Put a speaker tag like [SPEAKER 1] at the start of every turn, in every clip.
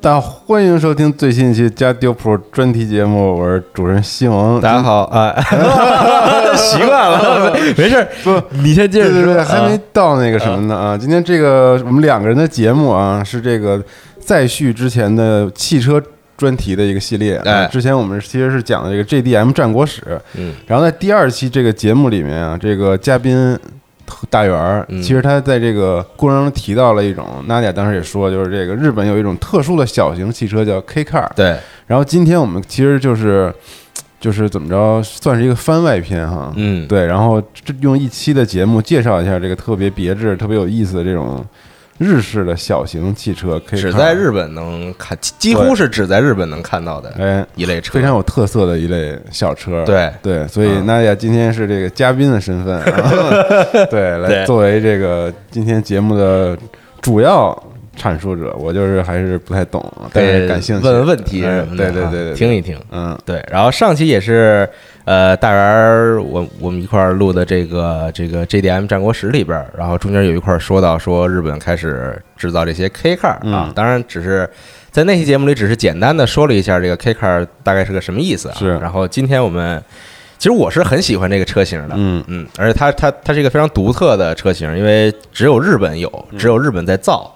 [SPEAKER 1] 大家欢迎收听最新一期《加丢谱》专题节目，我是主持人西蒙。
[SPEAKER 2] 大家好啊， 习惯了，没事儿，
[SPEAKER 1] 不，
[SPEAKER 2] 你先接着
[SPEAKER 1] 对对对，
[SPEAKER 2] 说，
[SPEAKER 1] 还没到那个什么呢啊！今天这个我们两个人的节目啊，是这个再续之前的汽车专题的一个系列。啊
[SPEAKER 2] 哎
[SPEAKER 1] 之前我们其实是讲的这个 JDM 战国史，
[SPEAKER 2] 嗯，
[SPEAKER 1] 然后在第二期这个节目里面啊，这个嘉宾大圆儿，
[SPEAKER 2] 嗯
[SPEAKER 1] 其实他在这个过程中提到了一种，娜姐当时也说，就是这个日本有一种特殊的小型汽车叫 K car，
[SPEAKER 2] 对，
[SPEAKER 1] 然后今天我们其实就是就是怎么着，算是一个番外篇哈。
[SPEAKER 2] 嗯，
[SPEAKER 1] 对，然后这用一期的节目介绍一下这个特别别致、特别有意思的这种日式的小型汽车，可以
[SPEAKER 2] 只
[SPEAKER 1] 看啊
[SPEAKER 2] 在日本能看，几几乎是只在日本能看到的
[SPEAKER 1] 哎，
[SPEAKER 2] 一类车
[SPEAKER 1] 非，常有特色的一类小车。
[SPEAKER 2] 对
[SPEAKER 1] 对，所以
[SPEAKER 2] 嗯
[SPEAKER 1] 娜姐今天是这个嘉宾的身份， 啊对，来
[SPEAKER 2] 对
[SPEAKER 1] 作为这个今天节目的主要阐述者，我就是还是不太懂，
[SPEAKER 2] 可
[SPEAKER 1] 但
[SPEAKER 2] 以
[SPEAKER 1] 是感兴趣，
[SPEAKER 2] 问问问题
[SPEAKER 1] 哎
[SPEAKER 2] 什么的
[SPEAKER 1] 对
[SPEAKER 2] 啊，
[SPEAKER 1] 对对对，
[SPEAKER 2] 听一听。
[SPEAKER 1] 嗯，
[SPEAKER 2] 对，然后上期也是，呃，大圆儿，我我们一块儿录的这个这个 JDM 战国史里边儿，然后中间有一块儿说到说日本开始制造这些 K car 啊
[SPEAKER 1] 嗯，
[SPEAKER 2] 当然只是在那期节目里只是简单的说了一下这个 K car 大概是个什么意思啊。
[SPEAKER 1] 是
[SPEAKER 2] 然后今天我们其实我是很喜欢这个车型的，
[SPEAKER 1] 嗯
[SPEAKER 2] 嗯，而且它它它是一个非常独特的车型，因为只有日本有，只有日本在造，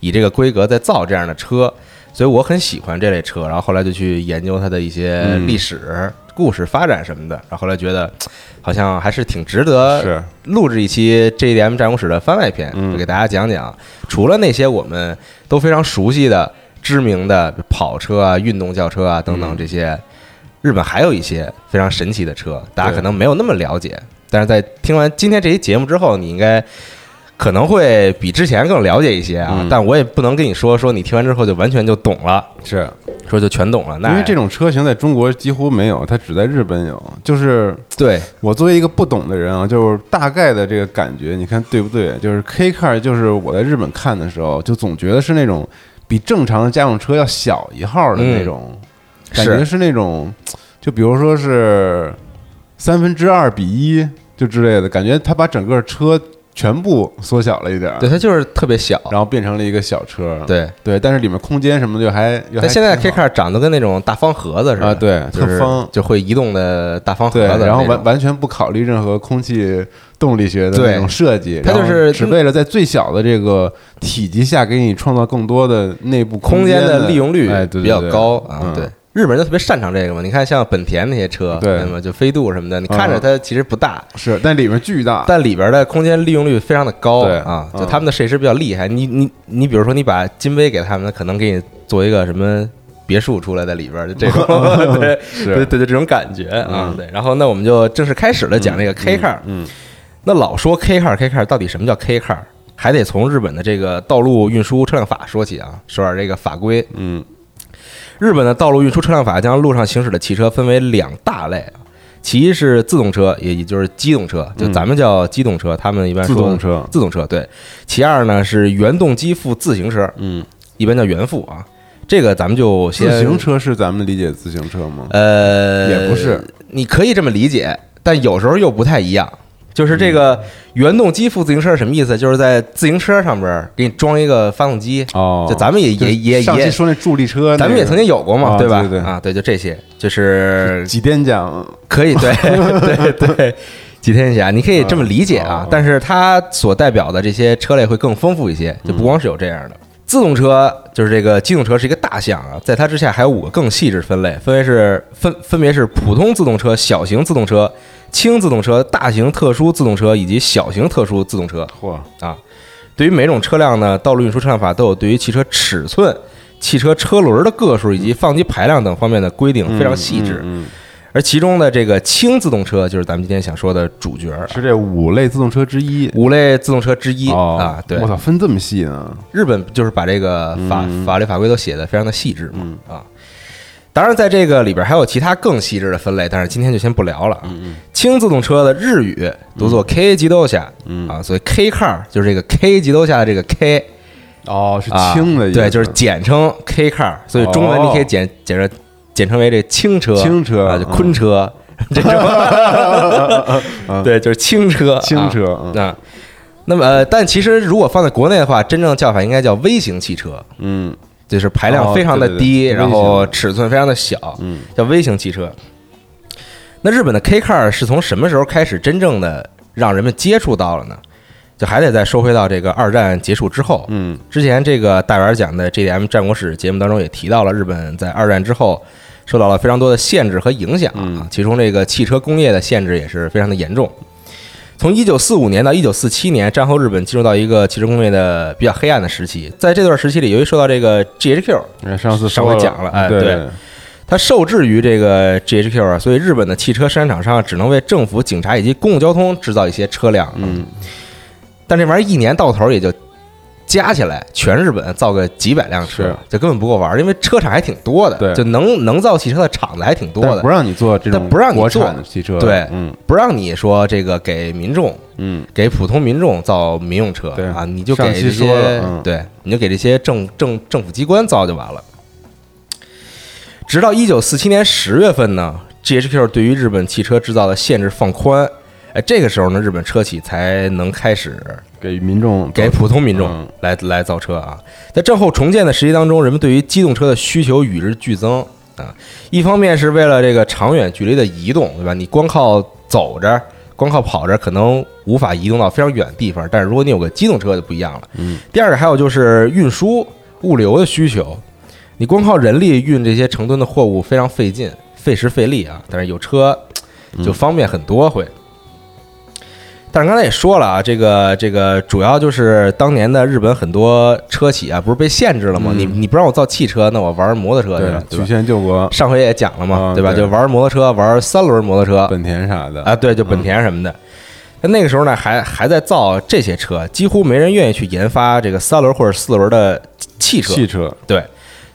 [SPEAKER 2] 以这个规格在造这样的车，所以我很喜欢这类车。然后后来就去研究它的一些
[SPEAKER 1] 嗯
[SPEAKER 2] 历史、故事发展什么的，然后后来觉得好像还是挺值得
[SPEAKER 1] 是，
[SPEAKER 2] 录制一期 JDM 战国史的番外篇，
[SPEAKER 1] 嗯
[SPEAKER 2] 就给大家讲讲，除了那些我们都非常熟悉的知名的跑车啊、运动轿车啊等等
[SPEAKER 1] 嗯
[SPEAKER 2] 这些。日本还有一些非常神奇的车，大家
[SPEAKER 1] 对
[SPEAKER 2] 可能没有那么了解，但是在听完今天这期节目之后，你应该可能会比之前更了解一些啊。
[SPEAKER 1] 嗯
[SPEAKER 2] 但我也不能跟你说说你听完之后就完全就懂了，
[SPEAKER 1] 是
[SPEAKER 2] 说就全懂了。那
[SPEAKER 1] 因为这种车型在中国几乎没有，它只在日本有，就是。
[SPEAKER 2] 对
[SPEAKER 1] 我作为一个不懂的人啊，就是大概的这个感觉，你看对不对？就是 K car，就是我在日本看的时候，就总觉得是那种比正常的家用车要小一号的那种，感觉
[SPEAKER 2] 嗯是
[SPEAKER 1] 是那种，就比如说是三分之二比一就之类的，感觉它把整个车全部缩小了一点儿，
[SPEAKER 2] 对，它就是特别小。
[SPEAKER 1] 然后变成了一个小车。
[SPEAKER 2] 对，
[SPEAKER 1] 嗯对，但是里面空间什么的就还，就还
[SPEAKER 2] 但现在
[SPEAKER 1] 挺
[SPEAKER 2] K
[SPEAKER 1] 好
[SPEAKER 2] car 长得跟那种大方盒子似的
[SPEAKER 1] 啊，，对，
[SPEAKER 2] 就
[SPEAKER 1] 特
[SPEAKER 2] 是
[SPEAKER 1] 方，
[SPEAKER 2] 就会移动哦的大方盒
[SPEAKER 1] 对
[SPEAKER 2] 子那，种。
[SPEAKER 1] 然后完完全不考虑任何空气动力学的
[SPEAKER 2] 对
[SPEAKER 1] 那种设计，
[SPEAKER 2] 它就
[SPEAKER 1] 然后
[SPEAKER 2] 是
[SPEAKER 1] 只为了在最小的这个体积下给你创造更多的内部
[SPEAKER 2] 空
[SPEAKER 1] 间
[SPEAKER 2] 间的利用率
[SPEAKER 1] 哎对对
[SPEAKER 2] 比较
[SPEAKER 1] 对
[SPEAKER 2] 高啊
[SPEAKER 1] 嗯。
[SPEAKER 2] 对，日本人就特别擅长这个嘛。你看像本田那些车，
[SPEAKER 1] 对
[SPEAKER 2] 么就飞度什么的，你看着
[SPEAKER 1] 嗯
[SPEAKER 2] 它其实不大，
[SPEAKER 1] 是，但里面巨大，
[SPEAKER 2] 但里边的空间利用率非常的高
[SPEAKER 1] 对
[SPEAKER 2] 啊，
[SPEAKER 1] 嗯
[SPEAKER 2] 就他们的设计师比较厉害。你你你，比如说你把金杯给他们，可能给你做一个什么别墅出来在里边儿，就 这种对对对
[SPEAKER 1] 是
[SPEAKER 2] 对这种感觉啊。
[SPEAKER 1] 嗯
[SPEAKER 2] 对，然后那我们就正式开始了讲这个 K car。
[SPEAKER 1] 嗯，
[SPEAKER 2] 那老说 K car K car 到底什么叫 K car？还得从日本的这个道路运输车辆法说起啊，说点这个法规。
[SPEAKER 1] 嗯，
[SPEAKER 2] 日本的道路运输车辆法将路上行驶的汽车分为两大类啊，其一是自动车，也也就是机动车，就
[SPEAKER 1] 嗯
[SPEAKER 2] 咱们叫机动车，他们一般
[SPEAKER 1] 自
[SPEAKER 2] 嗯说
[SPEAKER 1] 动车，
[SPEAKER 2] 自动车对。其二呢是原动机附自行车，
[SPEAKER 1] 嗯，
[SPEAKER 2] 一般叫原附啊。这个咱们就
[SPEAKER 1] 自
[SPEAKER 2] 先
[SPEAKER 1] 行，车是咱们理解自行车吗？
[SPEAKER 2] 呃，
[SPEAKER 1] 也不是，
[SPEAKER 2] 你可以这么理解，但有时候又不太一样。就是这个原动机附自行车是什么意思？就是在自行车上边儿给你装一个发动机，
[SPEAKER 1] 哦，
[SPEAKER 2] 呃就咱们也
[SPEAKER 1] 就
[SPEAKER 2] 也也
[SPEAKER 1] 上期
[SPEAKER 2] 也，
[SPEAKER 1] 说那助力车那个，
[SPEAKER 2] 咱们也曾经有过嘛，
[SPEAKER 1] 啊
[SPEAKER 2] 对吧
[SPEAKER 1] 对对？对
[SPEAKER 2] 啊，对，就这些，就是
[SPEAKER 1] 几点讲，
[SPEAKER 2] 可以，对对对，几天侠，你可以这么理解啊
[SPEAKER 1] 嗯。
[SPEAKER 2] 但是它所代表的这些车类会更丰富一些，就不光是有这样的。自动车就是这个机动车是一个大项啊，在它之下还有五个更细致分类，分为是分分别是普通自动车、小型自动车、轻自动车、大型特殊自动车以及小型特殊自动车。
[SPEAKER 1] 嚯，
[SPEAKER 2] 啊。对于每种车辆呢，道路运输车辆法都有对于汽车尺寸、汽车车轮的个数以及放机排量等方面的规定，非常细致。
[SPEAKER 1] 嗯，嗯
[SPEAKER 2] 而其中的这个轻自动车就是咱们今天想说的主角儿，
[SPEAKER 1] 嗯是这五类自动车之一。
[SPEAKER 2] 五类自动车之一、
[SPEAKER 1] 哦
[SPEAKER 2] 啊。对
[SPEAKER 1] 我，操，分这么细呢？
[SPEAKER 2] 日本就是把这个法、
[SPEAKER 1] 嗯
[SPEAKER 2] 法律法规都写的非常的细致嘛、
[SPEAKER 1] 嗯
[SPEAKER 2] 啊。当然，在这个里边还有其他更细致的分类，但是今天就先不聊了啊。
[SPEAKER 1] 嗯
[SPEAKER 2] 轻自动车的日语读作 K 级都下、
[SPEAKER 1] 嗯
[SPEAKER 2] 啊，所以 K car 就是这个 K 级都下的这个 K。
[SPEAKER 1] 哦，是
[SPEAKER 2] 啊
[SPEAKER 1] 轻的意思，哦
[SPEAKER 2] 对，就是简称 K car，所以中文你可以简简称简称为这轻车、
[SPEAKER 1] 轻车嗯
[SPEAKER 2] 啊，就昆车、 这种，对，就是轻车，
[SPEAKER 1] 轻车
[SPEAKER 2] 啊。
[SPEAKER 1] 嗯
[SPEAKER 2] 那那么，呃，但其实如果放在国内的话，真正的叫法应该叫微型汽车，
[SPEAKER 1] 嗯
[SPEAKER 2] 就是排量非常的
[SPEAKER 1] 哦对对
[SPEAKER 2] 低，
[SPEAKER 1] 对
[SPEAKER 2] 然后尺寸非常的小，
[SPEAKER 1] 嗯，
[SPEAKER 2] 叫微型汽车。那日本的 K car 是从什么时候开始真正的让人们接触到了呢？就还得再说回到这个二战结束之后，
[SPEAKER 1] 嗯
[SPEAKER 2] 之前这个大圆讲的 GDM 战国史节目当中也提到了，日本在二战之后受到了非常多的限制和影响啊
[SPEAKER 1] 嗯，
[SPEAKER 2] 其中这个汽车工业的限制也是非常的严重。从1945年到1947年，战后日本进入到一个汽车工业的比较黑暗的时期。在这段时期里，由于受到这个 GHQ，
[SPEAKER 1] 嗯，上次
[SPEAKER 2] 上
[SPEAKER 1] 说
[SPEAKER 2] 回讲了哎
[SPEAKER 1] 对
[SPEAKER 2] 对，它受制于这个 GHQ 啊，所以日本的汽车生产厂商啊只能为政府、警察以及公共交通制造一些车辆。
[SPEAKER 1] 嗯，
[SPEAKER 2] 但这玩意儿一年到头也就加起来，全日本造个几百辆车
[SPEAKER 1] 是，
[SPEAKER 2] 就根本不够玩儿，因为车厂还挺多的，
[SPEAKER 1] 对
[SPEAKER 2] 就能能造汽车的厂子还挺多
[SPEAKER 1] 但
[SPEAKER 2] 的，
[SPEAKER 1] 不让你做这种
[SPEAKER 2] 但不让你
[SPEAKER 1] 国
[SPEAKER 2] 做
[SPEAKER 1] 产的汽车，
[SPEAKER 2] 对
[SPEAKER 1] 嗯
[SPEAKER 2] 不让你说这个给民众、
[SPEAKER 1] 嗯
[SPEAKER 2] 给普通民众造民用车
[SPEAKER 1] 对
[SPEAKER 2] 啊，你就
[SPEAKER 1] 上
[SPEAKER 2] 给
[SPEAKER 1] 期
[SPEAKER 2] 这
[SPEAKER 1] 说
[SPEAKER 2] 些
[SPEAKER 1] 了嗯
[SPEAKER 2] 对，你就给这些政政政府机关造就完了。直到一九四七年十月份呢，GHQ 对于日本汽车制造的限制放宽，哎，这个时候呢，日本车企才能开始
[SPEAKER 1] 给民众
[SPEAKER 2] 给普通民众
[SPEAKER 1] 嗯
[SPEAKER 2] 来、来造车啊。在战后重建的时期当中，人们对于机动车的需求与日俱增啊。一方面是为了这个长远距离的移动，对吧？你光靠走着，光靠跑着，可能无法移动到非常远的地方。但是如果你有个机动车，就不一样了。
[SPEAKER 1] 嗯。
[SPEAKER 2] 第二个还有就是运输物流的需求，你光靠人力运这些成吨的货物非常费劲、费时费力啊。但是有车就方便很多会。但是刚才也说了啊，这个这个主要就是当年的日本很多车企啊，不是被限制了吗？
[SPEAKER 1] 嗯
[SPEAKER 2] 你你不让我造汽车，那我玩摩托车去
[SPEAKER 1] 对
[SPEAKER 2] 了，对
[SPEAKER 1] 曲
[SPEAKER 2] 吧？
[SPEAKER 1] 线救国、
[SPEAKER 2] 上回也讲了嘛，
[SPEAKER 1] 啊
[SPEAKER 2] 对吧？
[SPEAKER 1] 对
[SPEAKER 2] 就玩摩托车，玩三轮摩托车
[SPEAKER 1] 本田啥的
[SPEAKER 2] 啊，，对，就本田什么的。那那个时候呢，还还在造这些车，几乎没人愿意去研发这个三轮或者四轮的汽车。
[SPEAKER 1] 汽车
[SPEAKER 2] 对，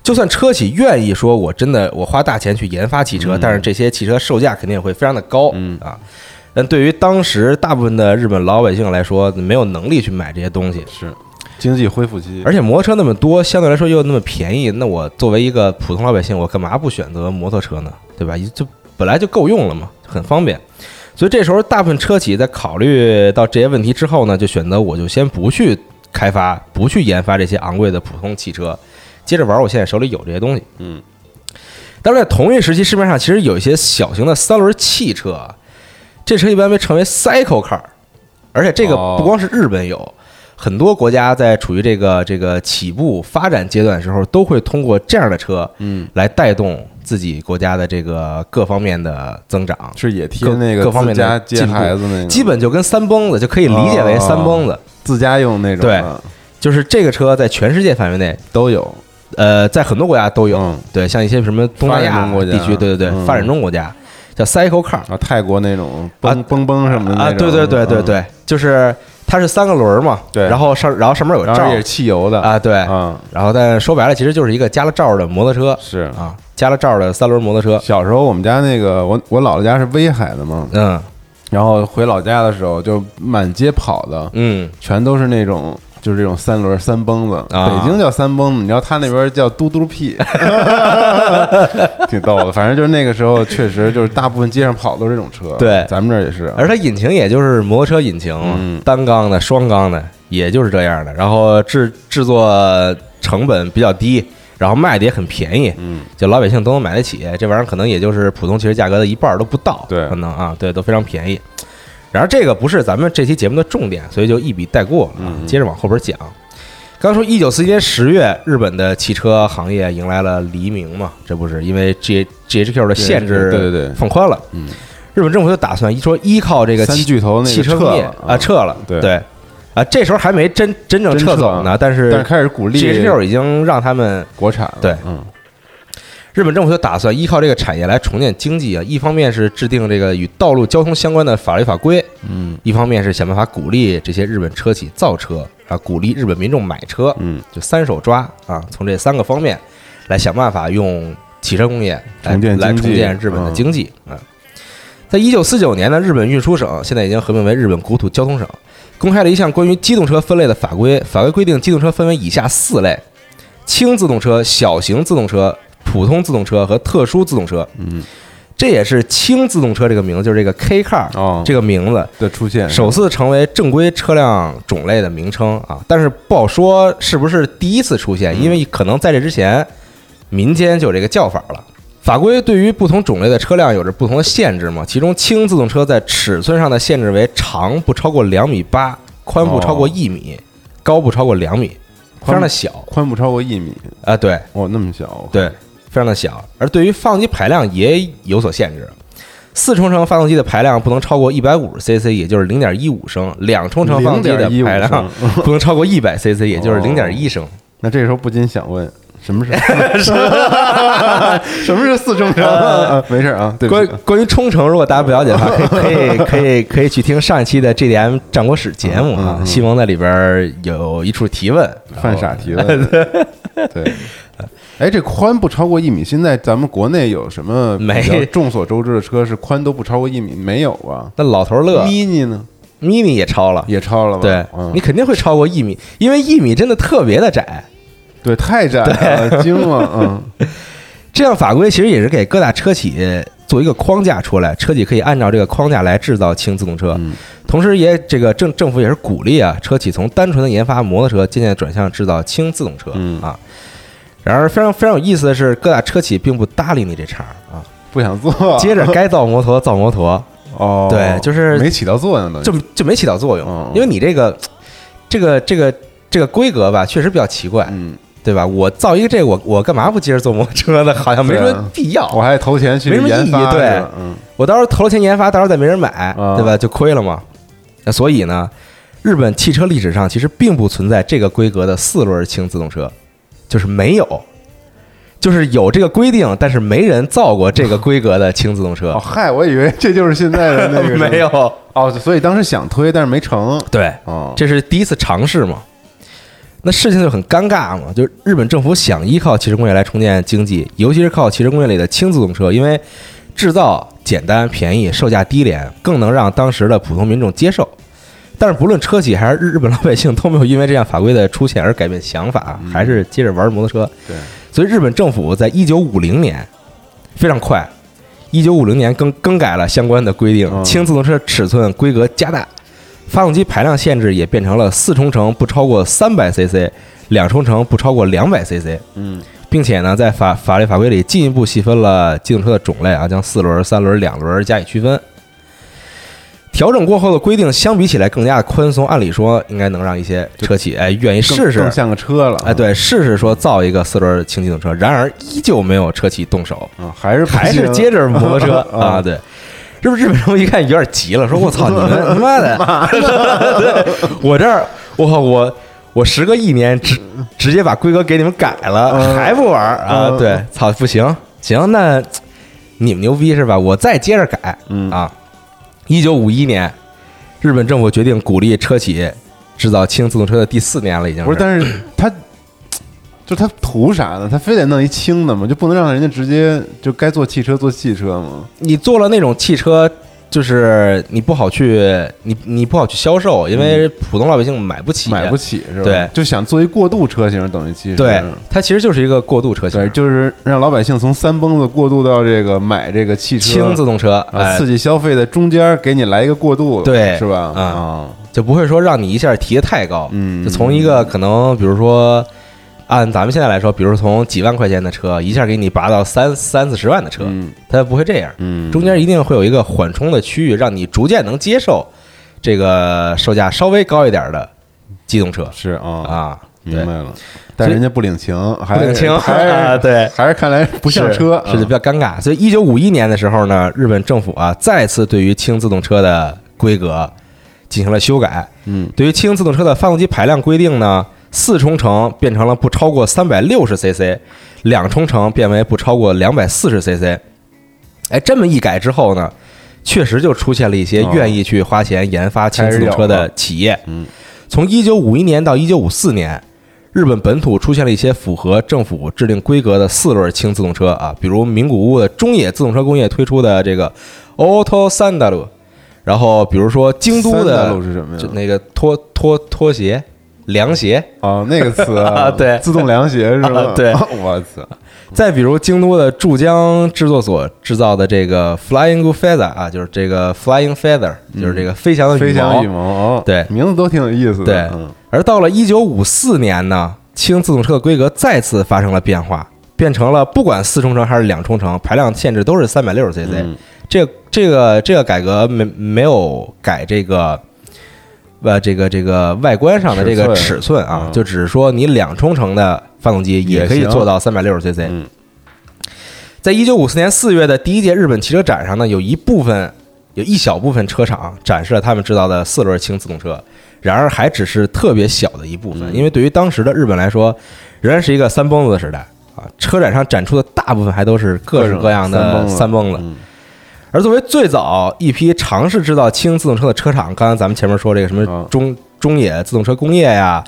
[SPEAKER 2] 就算车企愿意说，我真的我花大钱去研发汽车，但是这些汽车售价肯定也会非常的高，
[SPEAKER 1] 嗯
[SPEAKER 2] 啊。但对于当时大部分的日本老百姓来说，没有能力去买这些东西，
[SPEAKER 1] 是经济恢复期，
[SPEAKER 2] 而且摩托车那么多，相对来说又那么便宜，那我作为一个普通老百姓，我干嘛不选择摩托车呢？对吧？就本来就够用了嘛，很方便。所以这时候，大部分车企在考虑到这些问题之后呢，就选择我就先不去开发，不去研发这些昂贵的普通汽车，接着玩儿我现在手里有这些东西。
[SPEAKER 1] 嗯，
[SPEAKER 2] 但是在同一时期，市面上其实有一些小型的三轮汽车啊，这车一般被称为 cycle car，而且这个
[SPEAKER 1] 哦
[SPEAKER 2] 不光是日本有，很多国家在处于这个这个起步发展阶段的时候，都会通过这样的车
[SPEAKER 1] 嗯，
[SPEAKER 2] 来带动自己国家的这个各方面的增长，
[SPEAKER 1] 是也贴
[SPEAKER 2] 各
[SPEAKER 1] 那个
[SPEAKER 2] 各方面
[SPEAKER 1] 自家
[SPEAKER 2] 的
[SPEAKER 1] 接
[SPEAKER 2] 进步
[SPEAKER 1] 孩子那个，
[SPEAKER 2] 基本就跟三蹦子就可以理解
[SPEAKER 1] 哦
[SPEAKER 2] 为三蹦子，
[SPEAKER 1] 自家用那种啊
[SPEAKER 2] 对
[SPEAKER 1] 的，
[SPEAKER 2] 就是这个车在全世界范围内都有，呃，在很多国家都有，
[SPEAKER 1] 嗯
[SPEAKER 2] 对，像一些什么东南
[SPEAKER 1] 发
[SPEAKER 2] 亚
[SPEAKER 1] 展中国家
[SPEAKER 2] 地区，对对对，
[SPEAKER 1] 嗯
[SPEAKER 2] 发展中国家叫 cycle car，
[SPEAKER 1] 啊，泰国那种
[SPEAKER 2] 啊
[SPEAKER 1] 蹦蹦蹦什么的那
[SPEAKER 2] 啊，
[SPEAKER 1] 种
[SPEAKER 2] 对对对对，对，就是它是三个轮儿嘛，
[SPEAKER 1] 嗯对
[SPEAKER 2] 然后上然后上面有
[SPEAKER 1] 嗯
[SPEAKER 2] 个
[SPEAKER 1] 然
[SPEAKER 2] 罩
[SPEAKER 1] 后也
[SPEAKER 2] 儿
[SPEAKER 1] 是汽油的，
[SPEAKER 2] 啊，对，
[SPEAKER 1] 嗯，
[SPEAKER 2] 然后但说白了，其实就是一个加了罩儿的摩托车
[SPEAKER 1] 是。
[SPEAKER 2] 啊，加了罩儿的三轮摩托车，
[SPEAKER 1] 小时候我们家那个我我姥姥家是威海的嘛，
[SPEAKER 2] 嗯
[SPEAKER 1] 然后回老家的时候就满街跑的，
[SPEAKER 2] 嗯，
[SPEAKER 1] 全都是那种就是这种三轮三蹦子，
[SPEAKER 2] 啊
[SPEAKER 1] 北京叫三蹦子，你知道他那边叫嘟嘟 屁，挺逗的。反正就是那个时候确实就是大部分街上跑都是这种车，
[SPEAKER 2] 对
[SPEAKER 1] 咱们这儿也是，
[SPEAKER 2] 而它引擎也就是摩托车引擎嘛，
[SPEAKER 1] 嗯
[SPEAKER 2] 单缸的、双缸的，也就是这样的，然后制制作成本比较低。然后卖的也很便宜，
[SPEAKER 1] 嗯，
[SPEAKER 2] 就老百姓都能买得起。这玩意儿可能也就是普通汽车价格的一半儿都不到，
[SPEAKER 1] 对
[SPEAKER 2] 可能啊，对，都非常便宜。然而这个不是咱们这期节目的重点，所以就一笔带过了啊。
[SPEAKER 1] 嗯
[SPEAKER 2] 接着往后边讲。刚说一九四一年十月，日本的汽车行业迎来了黎明嘛，这不是因为 G G H Q 的限制
[SPEAKER 1] 对对对
[SPEAKER 2] 放宽了，
[SPEAKER 1] 嗯，
[SPEAKER 2] 日本政府就打算一说依靠这个
[SPEAKER 1] 三
[SPEAKER 2] 汽
[SPEAKER 1] 巨头那个嗯
[SPEAKER 2] 汽车
[SPEAKER 1] 撤
[SPEAKER 2] 工业
[SPEAKER 1] 了
[SPEAKER 2] 啊，撤了，
[SPEAKER 1] 对
[SPEAKER 2] 对啊，这时候还没真真正
[SPEAKER 1] 真
[SPEAKER 2] 撤
[SPEAKER 1] 撤啊
[SPEAKER 2] 走呢，但
[SPEAKER 1] 但是
[SPEAKER 2] 是
[SPEAKER 1] 开始鼓
[SPEAKER 2] G
[SPEAKER 1] 励
[SPEAKER 2] H Q 已经让他们
[SPEAKER 1] 国产了，
[SPEAKER 2] 对
[SPEAKER 1] 嗯，
[SPEAKER 2] 日本政府就打算依靠这个产业来重建经济啊，一方面是制定这个与道路交通相关的法律法规，
[SPEAKER 1] 嗯，
[SPEAKER 2] 一方面是想办法鼓励这些日本车企造车啊，鼓励日本民众买车，
[SPEAKER 1] 嗯，
[SPEAKER 2] 就三手抓啊，从这三个方面来想办法用汽车工业来
[SPEAKER 1] 重建
[SPEAKER 2] 来
[SPEAKER 1] 经济嗯
[SPEAKER 2] 重建日本的经济啊。在一九四九年呢，日本运输省现在已经合并为日本国土交通省，公开了一项关于机动车分类的法规。法规规定，机动车分为以下四类：轻自动车、小型自动车、普通自动车和特殊自动车。
[SPEAKER 1] 嗯，
[SPEAKER 2] 这也是轻自动车这个名字，就是这个 K car
[SPEAKER 1] 哦
[SPEAKER 2] 这个名字
[SPEAKER 1] 的出现，
[SPEAKER 2] 首次成为正规车辆种类的名称啊，但是不好说是不是第一次出现，因为可能在这之前，民间就有这个叫法了。法规对于不同种类的车辆有着不同的限制嘛，其中轻自动车在尺寸上的限制为长不超过两米八，宽不超过一米，高不超过两米，非常的小
[SPEAKER 1] 宽不超过一米，
[SPEAKER 2] 啊、对，
[SPEAKER 1] 哇，那么小，
[SPEAKER 2] 对，非常的小。而对于发动机排量也有所限制，四冲程发动机的排量不能超过一百五十 cc，也就是零点一五升；两冲程发动机的
[SPEAKER 1] 0.15
[SPEAKER 2] 排量 不能超过一百 cc，也
[SPEAKER 1] 哦
[SPEAKER 2] 就是零点一升。
[SPEAKER 1] 那这时候不禁想问，什 么是什么是四冲程？
[SPEAKER 2] 呃
[SPEAKER 1] 啊没事啊，对不
[SPEAKER 2] 关
[SPEAKER 1] 起啊，
[SPEAKER 2] 关于冲程，如果大家不了解 的话，可以可以可以可以去听上一期的 GDM 战国史节目
[SPEAKER 1] 嗯，嗯
[SPEAKER 2] 啊
[SPEAKER 1] 嗯
[SPEAKER 2] 西蒙在里边有一处提问，哦
[SPEAKER 1] 犯傻提问，
[SPEAKER 2] 呃
[SPEAKER 1] 对。哎，这宽不超过一米。现在咱们国内有什么比
[SPEAKER 2] 没
[SPEAKER 1] 较众所周知的车是宽都不超过一米？没有啊。
[SPEAKER 2] 那老头乐
[SPEAKER 1] mini 呢
[SPEAKER 2] mini 也超了，
[SPEAKER 1] 也超了吧？
[SPEAKER 2] 对
[SPEAKER 1] 嗯
[SPEAKER 2] 你肯定会超过一米，因为一米真的特别的窄。
[SPEAKER 1] 对，太窄了，惊了，嗯，
[SPEAKER 2] 这样法规其实也是给各大车企做一个框架出来，车企可以按照这个框架来制造轻自动车，
[SPEAKER 1] 嗯
[SPEAKER 2] 同时也这个政政府也是鼓励啊车企从单纯的研发摩托车渐渐转向制造轻自动车、
[SPEAKER 1] 嗯
[SPEAKER 2] 啊。然而非常非常有意思的是，各大车企并不搭理你这茬儿啊，
[SPEAKER 1] 不想做。
[SPEAKER 2] 接着该造摩托造 摩托，
[SPEAKER 1] 哦，
[SPEAKER 2] 对就是
[SPEAKER 1] 没起到作用的，
[SPEAKER 2] 就就没起到
[SPEAKER 1] 哦
[SPEAKER 2] 作用，因为你这个这个这个这个规格吧，确实比较奇怪，
[SPEAKER 1] 嗯，
[SPEAKER 2] 对吧？我造一个这个，我我干嘛不接着做摩托车呢？好像没什
[SPEAKER 1] 对
[SPEAKER 2] 么
[SPEAKER 1] 啊
[SPEAKER 2] 必要。
[SPEAKER 1] 我还投钱去
[SPEAKER 2] 没什么
[SPEAKER 1] 研
[SPEAKER 2] 意义
[SPEAKER 1] 发，
[SPEAKER 2] 对
[SPEAKER 1] 是吧嗯，
[SPEAKER 2] 我到时候投了钱研发，到时候再没人买
[SPEAKER 1] 啊，
[SPEAKER 2] 对吧？就亏了嘛。那所以呢，日本汽车历史上其实并不存在这个规格的四轮轻自动车，就是没有，就是有这个规定，但是没人造过这个规格的轻自动车
[SPEAKER 1] 哦，，嗨，我以为这就是现在的那个，
[SPEAKER 2] 没有。
[SPEAKER 1] 哦，所以当时想推，但是没成，
[SPEAKER 2] 对，
[SPEAKER 1] 哦，
[SPEAKER 2] 这是第一次尝试嘛。那事情就很尴尬嘛，就是日本政府想依靠汽车工业来重建经济，尤其是靠汽车工业里的轻自动车，因为制造简单、便宜、售价低廉，更能让当时的普通民众接受。但是不论车企还是日日本老百姓都没有因为这样法规的出现而改变想法，还是接着玩摩托车。
[SPEAKER 1] 对，
[SPEAKER 2] 所以日本政府在一九五零年非常快，一九五零年更更改了相关的规定，
[SPEAKER 1] 嗯
[SPEAKER 2] 轻自动车尺寸规格加大，发动机排量限制也变成了四冲程不超过三百 CC，两冲程不超过两百 CC，
[SPEAKER 1] 嗯，
[SPEAKER 2] 并且呢，在法法律法规里进一步细分了机动车的种类啊，将四轮、三轮、两轮加以区分。调整过后的规定相比起来更加的宽松，按理说应该能让一些车企哎愿意
[SPEAKER 1] 更
[SPEAKER 2] 试试
[SPEAKER 1] 更，嗯像个车了，啊
[SPEAKER 2] 哎，对，试试说造一个四轮轻机动车，然而依旧没有车企动手，
[SPEAKER 1] 嗯，还是不
[SPEAKER 2] 还是
[SPEAKER 1] 行
[SPEAKER 2] 接着摩托车
[SPEAKER 1] 啊
[SPEAKER 2] 啊，对。是不是日本人一看有点急了，说：“ 我操，你们他妈的！ 对我这儿，我靠，我我时隔一年直直接把规格给你们改了，
[SPEAKER 1] 嗯
[SPEAKER 2] 还不玩儿啊？
[SPEAKER 1] 嗯
[SPEAKER 2] 对，操，不行，行，那你们牛逼是吧？我再接着改
[SPEAKER 1] 嗯
[SPEAKER 2] 啊！一九五一年，日本政府决定鼓励车企制造轻自动车的第四年了，已经
[SPEAKER 1] 不是，但是他。就他图啥呢？他非得弄一轻的吗？就不能让人家直接就该做汽车做汽车吗？
[SPEAKER 2] 你做了那种汽车，就是你不好去，你你不好去销售，因为普通老百姓买不
[SPEAKER 1] 嗯
[SPEAKER 2] 起，
[SPEAKER 1] 买不
[SPEAKER 2] 起。
[SPEAKER 1] 起是吧？
[SPEAKER 2] 对
[SPEAKER 1] 就想做一过渡车型，等于其实
[SPEAKER 2] 对，它其实就是一个过渡车型，
[SPEAKER 1] 对，就是让老百姓从三蹦子过渡到这个买这个汽车，
[SPEAKER 2] 轻自动车，
[SPEAKER 1] 啊，
[SPEAKER 2] 哎
[SPEAKER 1] 刺激消费的中间给你来一个过渡，
[SPEAKER 2] 对
[SPEAKER 1] 是吧？
[SPEAKER 2] 啊
[SPEAKER 1] 啊，
[SPEAKER 2] 就不会说让你一下提的太高，
[SPEAKER 1] 嗯
[SPEAKER 2] 就从一个可能，比如说按咱们现在来说，比如从几万块钱的车，一下给你拔到三三四十万的车，
[SPEAKER 1] 嗯
[SPEAKER 2] 它不会这样，
[SPEAKER 1] 嗯，
[SPEAKER 2] 中间一定会有一个缓冲的区域，让你逐渐能接受这个售价稍微高一点的机动车
[SPEAKER 1] 是啊，
[SPEAKER 2] 啊，
[SPEAKER 1] 明
[SPEAKER 2] 对
[SPEAKER 1] 白。了，但人家不领情，还
[SPEAKER 2] 不领情
[SPEAKER 1] 还是
[SPEAKER 2] 啊对
[SPEAKER 1] 还是看来不像车，
[SPEAKER 2] 是是的比
[SPEAKER 1] 啊
[SPEAKER 2] 较尴尬。所以，一九五一年的时候呢，日本政府啊再次对于轻自动车的规格进行了修改。
[SPEAKER 1] 嗯，
[SPEAKER 2] 对于轻自动车的发动机排量规定呢，四冲程变成了不超过三百六十 CC，两冲程变为不超过两百四十 CC。哎，这么一改之后呢，确实就出现了一些
[SPEAKER 1] 哦
[SPEAKER 2] 愿意去花钱研发轻自动车的企业。
[SPEAKER 1] 嗯，
[SPEAKER 2] 从一九五一年到一九五四年，日本本土出现了一些符合政府制定规格的四轮轻自动车啊，比如名古屋的中野自动车工业推出的这个 Auto Sandal，然后比如说京都
[SPEAKER 1] 三大
[SPEAKER 2] 的
[SPEAKER 1] 路是什么呀
[SPEAKER 2] 就？那个拖拖拖鞋，凉鞋。
[SPEAKER 1] 哦，那个词
[SPEAKER 2] 啊 对
[SPEAKER 1] 自动凉鞋是吧 哦
[SPEAKER 2] 啊？对
[SPEAKER 1] 我操，
[SPEAKER 2] 再比如京都的注江制作所制造的这个 Flying Feather 啊，就是这个 Flying Feather，就是这个飞翔的
[SPEAKER 1] 飞翔
[SPEAKER 2] 羽
[SPEAKER 1] 羽毛，哦
[SPEAKER 2] 对
[SPEAKER 1] 名字都挺有意思的。
[SPEAKER 2] 对
[SPEAKER 1] 嗯，
[SPEAKER 2] 而到了一九五四年呢，轻自动车的规格再次发生了变化，变成了不管四冲程还是两冲程，排量限制都是三百六十 cc。
[SPEAKER 1] 嗯
[SPEAKER 2] 这个这个这个改革没没有改这个。呃，这个这个外观上的这个
[SPEAKER 1] 尺
[SPEAKER 2] 尺寸啊，
[SPEAKER 1] 嗯
[SPEAKER 2] 就只是说你两冲程的发动机也可以
[SPEAKER 1] 也行
[SPEAKER 2] 做到三百六十 cc。
[SPEAKER 1] 嗯
[SPEAKER 2] 在一九五四年四月的第一届日本汽车展上呢，有一部分有一小部分车厂展示了他们制造的四轮轻自动车，然而还只是特别小的一部分，
[SPEAKER 1] 嗯
[SPEAKER 2] 因为对于当时的日本来说，仍然是一个三蹦子的时代啊。车展上展出的大部分还都是各式各样
[SPEAKER 1] 各
[SPEAKER 2] 的
[SPEAKER 1] 种
[SPEAKER 2] 三
[SPEAKER 1] 三
[SPEAKER 2] 蹦子，
[SPEAKER 1] 嗯
[SPEAKER 2] 而作为最早一批尝试制造轻自动车的车厂，刚才咱们前面说这个什么
[SPEAKER 1] 啊
[SPEAKER 2] 中中野自动车工业呀、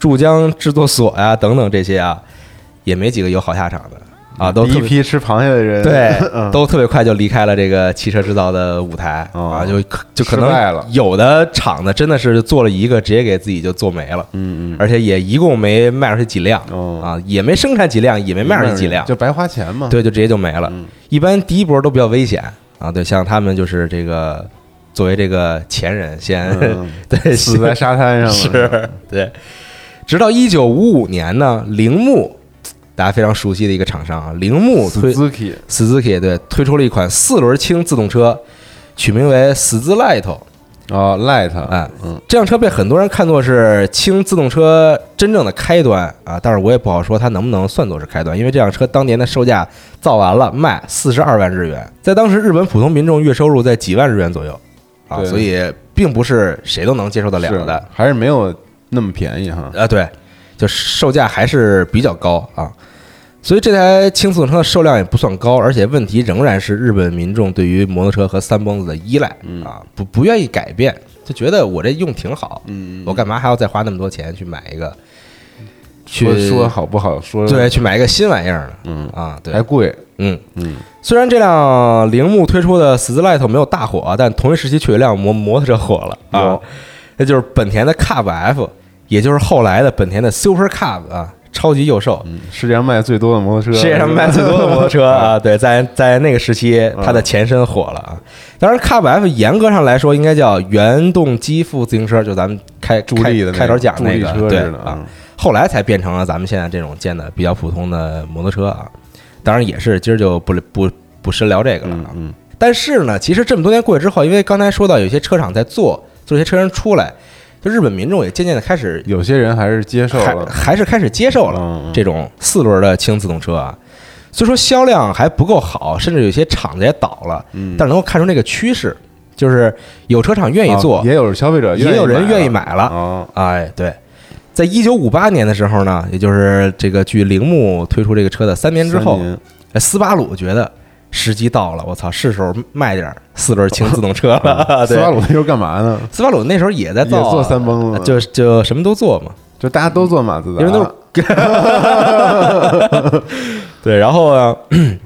[SPEAKER 2] 注江制作所呀等等这些啊，也没几个有好下场的啊，都
[SPEAKER 1] 第
[SPEAKER 2] 特
[SPEAKER 1] 一
[SPEAKER 2] 别
[SPEAKER 1] 批吃螃蟹的人，
[SPEAKER 2] 对，
[SPEAKER 1] 嗯
[SPEAKER 2] 都特别快就离开了这个汽车制造的舞台
[SPEAKER 1] 哦
[SPEAKER 2] 啊，就可就
[SPEAKER 1] 失
[SPEAKER 2] 可
[SPEAKER 1] 败了
[SPEAKER 2] 能有的厂子真的是做了一个，直接给自己就做没了，
[SPEAKER 1] 嗯嗯，
[SPEAKER 2] 而且也一共没卖出去几辆
[SPEAKER 1] 哦
[SPEAKER 2] 啊，也没生产几辆，也没卖出去几辆，
[SPEAKER 1] 就白花钱嘛。
[SPEAKER 2] 对，就直接就没了
[SPEAKER 1] 嗯。
[SPEAKER 2] 一般第一波都比较危险啊，对，像他们就是这个作为这个前人先
[SPEAKER 1] 嗯，
[SPEAKER 2] 对
[SPEAKER 1] 死在沙滩上了。
[SPEAKER 2] 是，对。直到一九五五年呢，铃木，大家非常熟悉的一个厂商啊，铃木推
[SPEAKER 1] Suzuki，
[SPEAKER 2] Suzuki 对推出了一款四轮轻自动车，取名为 Suzulight。
[SPEAKER 1] 哦，Light，
[SPEAKER 2] 哎
[SPEAKER 1] 嗯，
[SPEAKER 2] 这辆车被很多人看作是轻自动车真正的开端啊，但是我也不好说它能不能算作是开端，因为这辆车当年的售价造完了卖四十二万日元，在当时日本普通民众月收入在几万日元左右啊，
[SPEAKER 1] 对
[SPEAKER 2] 所以并不是谁都能接受得了的
[SPEAKER 1] 是。还是没有那么便宜哈。
[SPEAKER 2] 啊，对，就售价还是比较高啊。所以这台轻自动车的售量也不算高，而且问题仍然是日本民众对于摩托车和三蹦子的依赖
[SPEAKER 1] 嗯
[SPEAKER 2] 啊，不不愿意改变，就觉得我这用挺好，
[SPEAKER 1] 嗯，
[SPEAKER 2] 我干嘛还要再花那么多钱去买一个，去
[SPEAKER 1] 说说好不好说，
[SPEAKER 2] 对，去买一个新玩意儿呢？
[SPEAKER 1] 嗯，
[SPEAKER 2] 啊，对
[SPEAKER 1] 还，贵，
[SPEAKER 2] 嗯，
[SPEAKER 1] 嗯，
[SPEAKER 2] 虽然这辆铃木推出的 Slate 没有大火，啊但同一时期却有一辆摩摩托车火了啊
[SPEAKER 1] 有，
[SPEAKER 2] 那就是本田的 Cub F，也就是后来的本田的 Super Cub 啊，超级幼兽，
[SPEAKER 1] 嗯世界上卖最多的摩托车，
[SPEAKER 2] 世界上卖最多的摩托车 啊，对，在在那个时期，
[SPEAKER 1] 啊
[SPEAKER 2] 它的前身火了啊。当然，Cub F 严格上来说应该叫原动机副自行车，就咱们开
[SPEAKER 1] 助力的那
[SPEAKER 2] 开开头讲
[SPEAKER 1] 助
[SPEAKER 2] 那个
[SPEAKER 1] 力车
[SPEAKER 2] 对
[SPEAKER 1] 似的嗯
[SPEAKER 2] 啊，，后来才变成了咱们现在这种见的比较普通的摩托车啊。当然也是，今儿就不不不深聊这个了
[SPEAKER 1] 嗯
[SPEAKER 2] 啊。
[SPEAKER 1] 嗯
[SPEAKER 2] 但是呢，其实这么多年过去之后，因为刚才说到有些车厂在做，做一些车型出来，就日本民众也渐渐的开始
[SPEAKER 1] 嗯，有些人还是接受
[SPEAKER 2] 还
[SPEAKER 1] 了，
[SPEAKER 2] 还是开始接受了
[SPEAKER 1] 嗯嗯
[SPEAKER 2] 这种四轮的轻自动车啊。虽说销量还不够好，甚至有些厂子也倒了，
[SPEAKER 1] 嗯
[SPEAKER 2] 但是能够看出这个趋势，就是有车厂愿意做
[SPEAKER 1] 哦，也有消费者，
[SPEAKER 2] 也有人愿意
[SPEAKER 1] 买啊
[SPEAKER 2] 买了。
[SPEAKER 1] 哦，
[SPEAKER 2] 哎，对，在一九五八年的时候呢，也就是这个据铃木推出这个车的三年之后
[SPEAKER 1] 三，年
[SPEAKER 2] 哎斯巴鲁觉得时机到了，我操，是时候卖点儿四轮轻自动车了。
[SPEAKER 1] 啊斯巴，
[SPEAKER 2] 啊 对
[SPEAKER 1] 鲁那时候干嘛呢？
[SPEAKER 2] 斯巴鲁那时候也在
[SPEAKER 1] 也
[SPEAKER 2] 造啊，
[SPEAKER 1] 做三蹦子，
[SPEAKER 2] 就就什么都做嘛，
[SPEAKER 1] 就大家都做马自达，啊
[SPEAKER 2] 因为都是对，然后呢，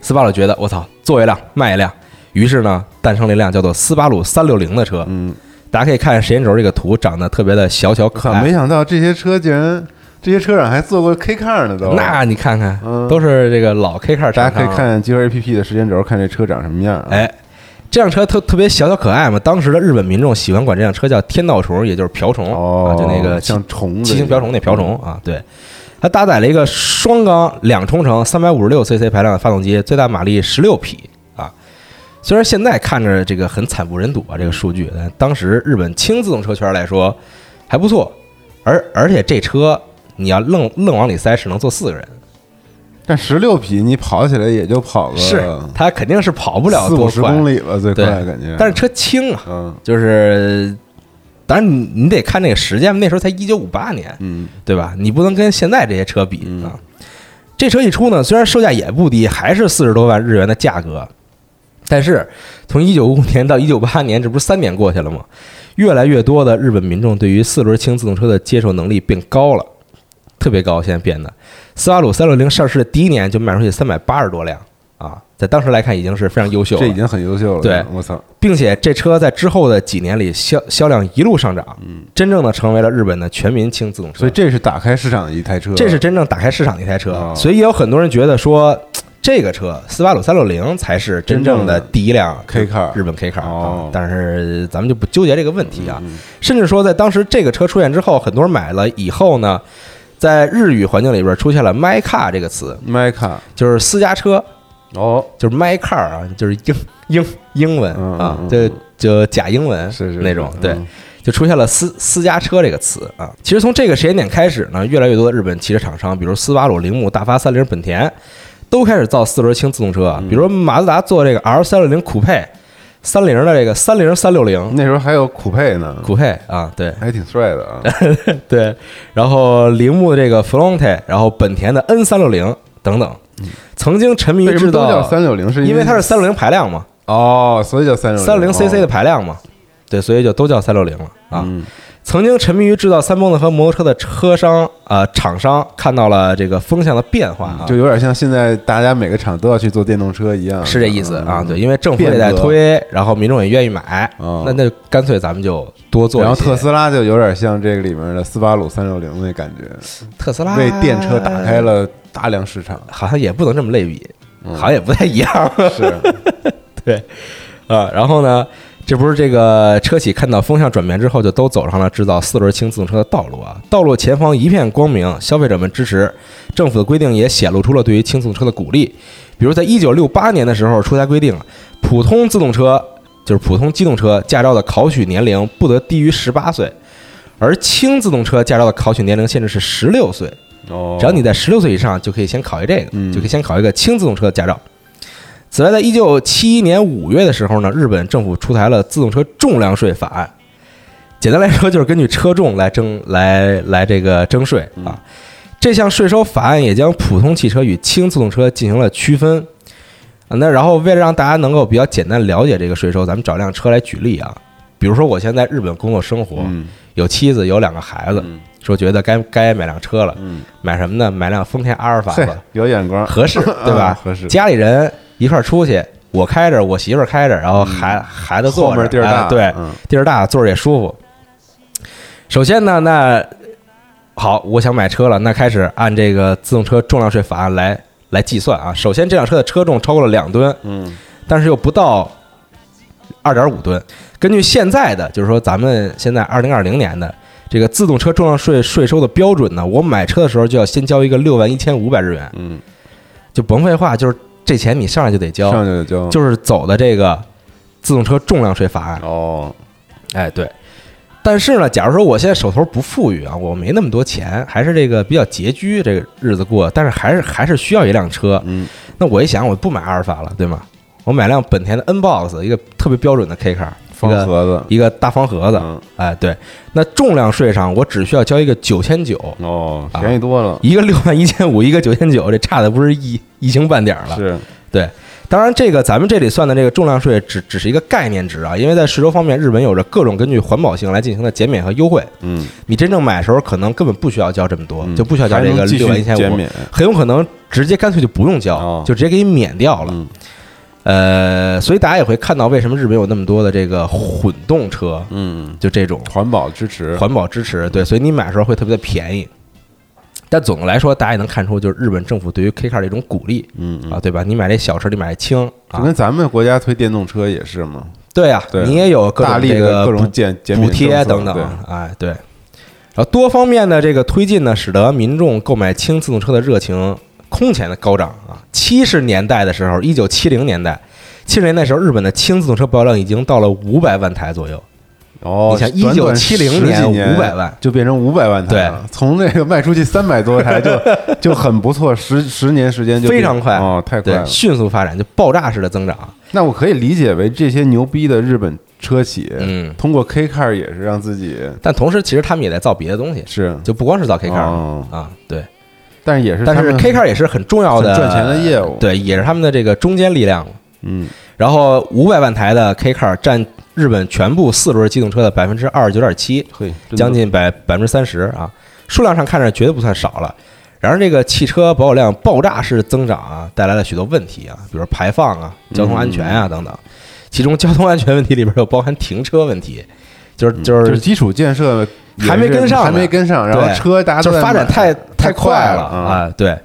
[SPEAKER 2] 斯巴鲁觉得我操，做一辆卖一辆，于是呢，诞生了一辆叫做斯巴鲁三六零的车。
[SPEAKER 1] 嗯，
[SPEAKER 2] 大家可以看时间轴这个图，长得特别的小巧
[SPEAKER 1] 我
[SPEAKER 2] 可
[SPEAKER 1] 靠，
[SPEAKER 2] 爱
[SPEAKER 1] 没。想到这些车竟然这些车长还做过 K car 呢都。
[SPEAKER 2] 那你看看，
[SPEAKER 1] 嗯
[SPEAKER 2] 都是这个老 K car
[SPEAKER 1] 大家
[SPEAKER 2] 厂
[SPEAKER 1] 可以
[SPEAKER 2] 商啊。
[SPEAKER 1] 看集合 APP 的时间轴，看这车长什么样啊。
[SPEAKER 2] 哎，这辆车特特别小巧可爱嘛，当时的日本民众喜欢管这辆车叫天道虫，也就是瓢虫、
[SPEAKER 1] 哦
[SPEAKER 2] 啊，，就那个七
[SPEAKER 1] 像虫子
[SPEAKER 2] 七
[SPEAKER 1] 一样，嗯
[SPEAKER 2] 星瓢虫那瓢虫啊，对。它搭载了一个双缸两冲程三百五十六 cc 排量的发动机，最大马力十六匹啊。虽然现在看着这个很惨不忍睹啊，这个数据，但当时日本轻自动车圈来说还不错，而而且这车你要愣愣往里塞是能坐四个人，
[SPEAKER 1] 但十六匹你跑起来也就跑个
[SPEAKER 2] 是它肯定是跑不了
[SPEAKER 1] 四
[SPEAKER 2] 多
[SPEAKER 1] 五十
[SPEAKER 2] 快，
[SPEAKER 1] 公里吧，最
[SPEAKER 2] 对
[SPEAKER 1] 快感觉。
[SPEAKER 2] 但是车轻啊，
[SPEAKER 1] 嗯
[SPEAKER 2] 就是，当然你你得看那个时间，那时候才一九五八年，
[SPEAKER 1] 嗯
[SPEAKER 2] 对吧？你不能跟现在这些车比啊。这车一出呢，虽然售价也不低，还是四十多万日元的价格，但是从一九五五年到一九八年，这不是三年过去了吗？越来越多的日本民众对于四轮轻自动车的接受能力变高了，特别高，现在变得。斯巴鲁三六零上市的第一年就卖出去三百八十多辆啊，在当时来看已经是非常优秀
[SPEAKER 1] 这已
[SPEAKER 2] 了，
[SPEAKER 1] 经很优秀了。
[SPEAKER 2] 对
[SPEAKER 1] 我操，
[SPEAKER 2] 并且这车在之后的几年里销销量一路上涨，真正的成为了日本的全民轻自动
[SPEAKER 1] 嗯
[SPEAKER 2] 车。
[SPEAKER 1] 所以这是打开市场的一台车，
[SPEAKER 2] 这是真正打开市场的一台车，
[SPEAKER 1] 哦
[SPEAKER 2] 所以也有很多人觉得说，这个车斯巴鲁三六零才是真正的第一辆
[SPEAKER 1] 嗯 K car
[SPEAKER 2] 日本 K car、
[SPEAKER 1] 哦嗯
[SPEAKER 2] 啊但是咱们就不纠结这个问题啊，甚至说在当时这个车出现之后，很多人买了以后呢，在日语环境里边出现了 my car 这个词，
[SPEAKER 1] 迈卡
[SPEAKER 2] 就是私家车，
[SPEAKER 1] 哦，
[SPEAKER 2] 就是 my car 啊，就是英英英文
[SPEAKER 1] 嗯
[SPEAKER 2] 啊
[SPEAKER 1] 嗯，
[SPEAKER 2] 这就假英文
[SPEAKER 1] 是是
[SPEAKER 2] 那种
[SPEAKER 1] 是
[SPEAKER 2] 对
[SPEAKER 1] 嗯。
[SPEAKER 2] 就出现了私私家车这个词啊。其实从这个时间点开始呢，越来越多的日本汽车厂商，比如斯巴鲁、铃木、大发、三菱、本田，都开始造四轮轻自动车
[SPEAKER 1] 嗯
[SPEAKER 2] 啊。比如马自达做这个 R 三六零酷配，三菱的这个三菱三六零
[SPEAKER 1] 那时候还有酷配呢，
[SPEAKER 2] 酷配啊，对
[SPEAKER 1] 还挺帅的啊。
[SPEAKER 2] 对。然后铃木的这个 Fronte，然后本田的 N 三六零等等，曾经沉
[SPEAKER 1] 嗯
[SPEAKER 2] 迷
[SPEAKER 1] 为
[SPEAKER 2] 于
[SPEAKER 1] 什么
[SPEAKER 2] 制
[SPEAKER 1] 都叫
[SPEAKER 2] 造，
[SPEAKER 1] 三六零？是
[SPEAKER 2] 因为
[SPEAKER 1] 为
[SPEAKER 2] 它是三六零排量嘛，
[SPEAKER 1] 哦，所以叫三六
[SPEAKER 2] 三六零 CC 的
[SPEAKER 1] 的
[SPEAKER 2] 排量嘛，对，所以就都叫三六零了啊。
[SPEAKER 1] 嗯
[SPEAKER 2] 曾经沉迷于制造三蹦子和摩托车的车商啊、呃厂商看到了这个风向的变化啊，
[SPEAKER 1] 就有点像现在大家每个厂都要去做电动车一样，
[SPEAKER 2] 是这意思啊。
[SPEAKER 1] 嗯
[SPEAKER 2] 对，因为政府也在
[SPEAKER 1] 变革
[SPEAKER 2] 推，然后民众也愿意买，
[SPEAKER 1] 嗯
[SPEAKER 2] 那那就干脆咱们就多做一些。
[SPEAKER 1] 然后特斯拉就有点像这个里面的斯巴鲁三六零那感觉，
[SPEAKER 2] 特斯拉
[SPEAKER 1] 为电车打开，了嗯大量市 场。
[SPEAKER 2] 好像也不能这么类比，好像也不太一样。
[SPEAKER 1] 是，
[SPEAKER 2] 啊，然后呢，这不是这个车企看到风向转变之后，就都走上了制造四轮轻自动车的道路啊！道路前方一片光明，消费者们支持，政府的规定也显露出了对于轻自动车的鼓励。比如在一九六八年的时候出台规定，普通自动车就是普通机动车驾照的考取年龄不得低于十八岁，而轻自动车驾照的考取年龄限制是十六岁。
[SPEAKER 1] 哦
[SPEAKER 2] 只要你在十六岁以上，就可以先考一这个，
[SPEAKER 1] 嗯
[SPEAKER 2] 就可以先考一个轻自动车的驾照。此外，在一九七一年五月的时候呢，日本政府出台了自动车重量税法案。简单来说，就是根据车重来征来来这个征税
[SPEAKER 1] 嗯
[SPEAKER 2] 啊。这项税收法案也将普通汽车与轻自动车进行了区分。啊那然后为了让大家能够比较简单了解这个税收，咱们找辆车来举例啊。比如说，我现在在日本工作生活，
[SPEAKER 1] 嗯
[SPEAKER 2] 有妻子，有两个孩子，说觉得该该买辆车了，
[SPEAKER 1] 嗯，
[SPEAKER 2] 买什么呢？买辆丰田阿尔法
[SPEAKER 1] 嘿
[SPEAKER 2] 吧，
[SPEAKER 1] 有眼光，
[SPEAKER 2] 合适，对
[SPEAKER 1] 啊
[SPEAKER 2] 吧？
[SPEAKER 1] 合适
[SPEAKER 2] 家里人一块儿出去，我开着，我媳妇儿开着，然后孩、孩子坐
[SPEAKER 1] 后
[SPEAKER 2] 着，
[SPEAKER 1] 面地儿
[SPEAKER 2] 啊
[SPEAKER 1] 大，
[SPEAKER 2] 对，
[SPEAKER 1] 嗯
[SPEAKER 2] 地儿大，坐着也舒服。首先呢，那好，我想买车了，那开始按这个自动车重量税法案来来计算啊。首先，这辆车的车重超过了两吨，
[SPEAKER 1] 嗯，
[SPEAKER 2] 但是又不到二点五吨。根据现在的，就是说咱们现在二零二零年的这个自动车重量税税收的标准呢，我买车的时候就要先交一个六万一千五百日元，
[SPEAKER 1] 嗯，
[SPEAKER 2] 就甭废话，就是这钱你上来就得交，
[SPEAKER 1] 上去就
[SPEAKER 2] 就是走的这个自动车重量税法案。
[SPEAKER 1] 哦，
[SPEAKER 2] 哎，对。但是呢，假如说我现在手头不富裕啊，我没那么多钱，还是这个比较拮据，这个日子过，但是还是还是需要一辆车。
[SPEAKER 1] 嗯，
[SPEAKER 2] 那我一想，我不买阿尔法了，对吗？我买辆本田的 N Box，一个特别标准的 K car，一
[SPEAKER 1] 方
[SPEAKER 2] 个
[SPEAKER 1] 盒子，
[SPEAKER 2] 一个大方盒子。
[SPEAKER 1] 嗯
[SPEAKER 2] 哎，对，那重量税上我只需要交一个九千九，
[SPEAKER 1] 哦，
[SPEAKER 2] 啊
[SPEAKER 1] 便宜多了，
[SPEAKER 2] 一个六万一千五，一个九千九，这差的不是一一星半点儿了。
[SPEAKER 1] 是，
[SPEAKER 2] 对，当然这个咱们这里算的这个重量税只只是一个概念值啊，因为在税收方面，日本有着各种根据环保性来进行的减免和优惠。
[SPEAKER 1] 嗯，
[SPEAKER 2] 你真正买的时候，可能根本不需要交这么多，
[SPEAKER 1] 嗯
[SPEAKER 2] 就不需要交这
[SPEAKER 1] 还
[SPEAKER 2] 个
[SPEAKER 1] 能继续
[SPEAKER 2] 六万一千
[SPEAKER 1] 减
[SPEAKER 2] 五，
[SPEAKER 1] 免，
[SPEAKER 2] 很有可能直接干脆就不用交，
[SPEAKER 1] 哦
[SPEAKER 2] 就直接给你免掉了。
[SPEAKER 1] 嗯
[SPEAKER 2] 呃，所以大家也会看到为什么日本有那么多的这个混动车，
[SPEAKER 1] 嗯，
[SPEAKER 2] 就这种
[SPEAKER 1] 环保支持，
[SPEAKER 2] 环保支持，对，所以你买的时候会特别的便宜。但总的来说，大家也能看出，就是日本政府对于 K car 的一种鼓励
[SPEAKER 1] 嗯嗯，
[SPEAKER 2] 啊，对吧？你买这小车，你买这轻啊
[SPEAKER 1] 就，跟咱们国家推电动车也是嘛，
[SPEAKER 2] 对啊，
[SPEAKER 1] 对
[SPEAKER 2] 你也有各
[SPEAKER 1] 大
[SPEAKER 2] 种
[SPEAKER 1] 力
[SPEAKER 2] 这
[SPEAKER 1] 的
[SPEAKER 2] 个
[SPEAKER 1] 各种减减
[SPEAKER 2] 补
[SPEAKER 1] 免
[SPEAKER 2] 补贴
[SPEAKER 1] 政策
[SPEAKER 2] 等等
[SPEAKER 1] 对，
[SPEAKER 2] 哎，对。然后多方面的这个推进呢，使得民众购买轻自动车的热情空前的高涨啊。七十年代的时候，一九七零年代，七十年代时候，日本的轻自动车保有量已经到了五百万台左右。
[SPEAKER 1] 哦，
[SPEAKER 2] 你想
[SPEAKER 1] 短短
[SPEAKER 2] 1970
[SPEAKER 1] 十几
[SPEAKER 2] 年500万
[SPEAKER 1] 就变成五百万台
[SPEAKER 2] 对
[SPEAKER 1] 了，从那个卖出去三百多台 就就很不错，十十年时间就
[SPEAKER 2] 非
[SPEAKER 1] 变
[SPEAKER 2] 常快
[SPEAKER 1] 哦，太快
[SPEAKER 2] 对，
[SPEAKER 1] 了。
[SPEAKER 2] 迅速发展，就爆炸式的增长。
[SPEAKER 1] 那我可以理解为这些牛逼的日本车企，
[SPEAKER 2] 嗯
[SPEAKER 1] 通过 K car 也是让自己
[SPEAKER 2] 但同时，其实他们也在造别的东西，
[SPEAKER 1] 是，
[SPEAKER 2] 就不光是造 K car、
[SPEAKER 1] 哦
[SPEAKER 2] 啊，对。
[SPEAKER 1] 但是也是
[SPEAKER 2] 但
[SPEAKER 1] 他
[SPEAKER 2] 是
[SPEAKER 1] 们
[SPEAKER 2] K car 也是很重要的
[SPEAKER 1] 很赚钱的业务
[SPEAKER 2] 对，也是他们的这个中坚力量。
[SPEAKER 1] 嗯
[SPEAKER 2] 然后五百万台的 K car 占日本全部四轮机动车的百分之二十九点七，
[SPEAKER 1] 嘿，真的
[SPEAKER 2] 将近百百分之三十啊，数量上看着绝对不算少了。然而，这个汽车保有量爆炸式增长啊，带来了许多问题啊，比如排放啊、交通安全
[SPEAKER 1] 嗯
[SPEAKER 2] 啊等等。其中，交通安全问题里边有包含停车问题，就是就
[SPEAKER 1] 嗯就是
[SPEAKER 2] 是
[SPEAKER 1] 基础建设也是
[SPEAKER 2] 还没跟上呢
[SPEAKER 1] 还没跟上，然后
[SPEAKER 2] 对
[SPEAKER 1] 车大家都
[SPEAKER 2] 就是
[SPEAKER 1] 在
[SPEAKER 2] 发展
[SPEAKER 1] 买
[SPEAKER 2] 太
[SPEAKER 1] 太
[SPEAKER 2] 快
[SPEAKER 1] 了啊！
[SPEAKER 2] 啊！对，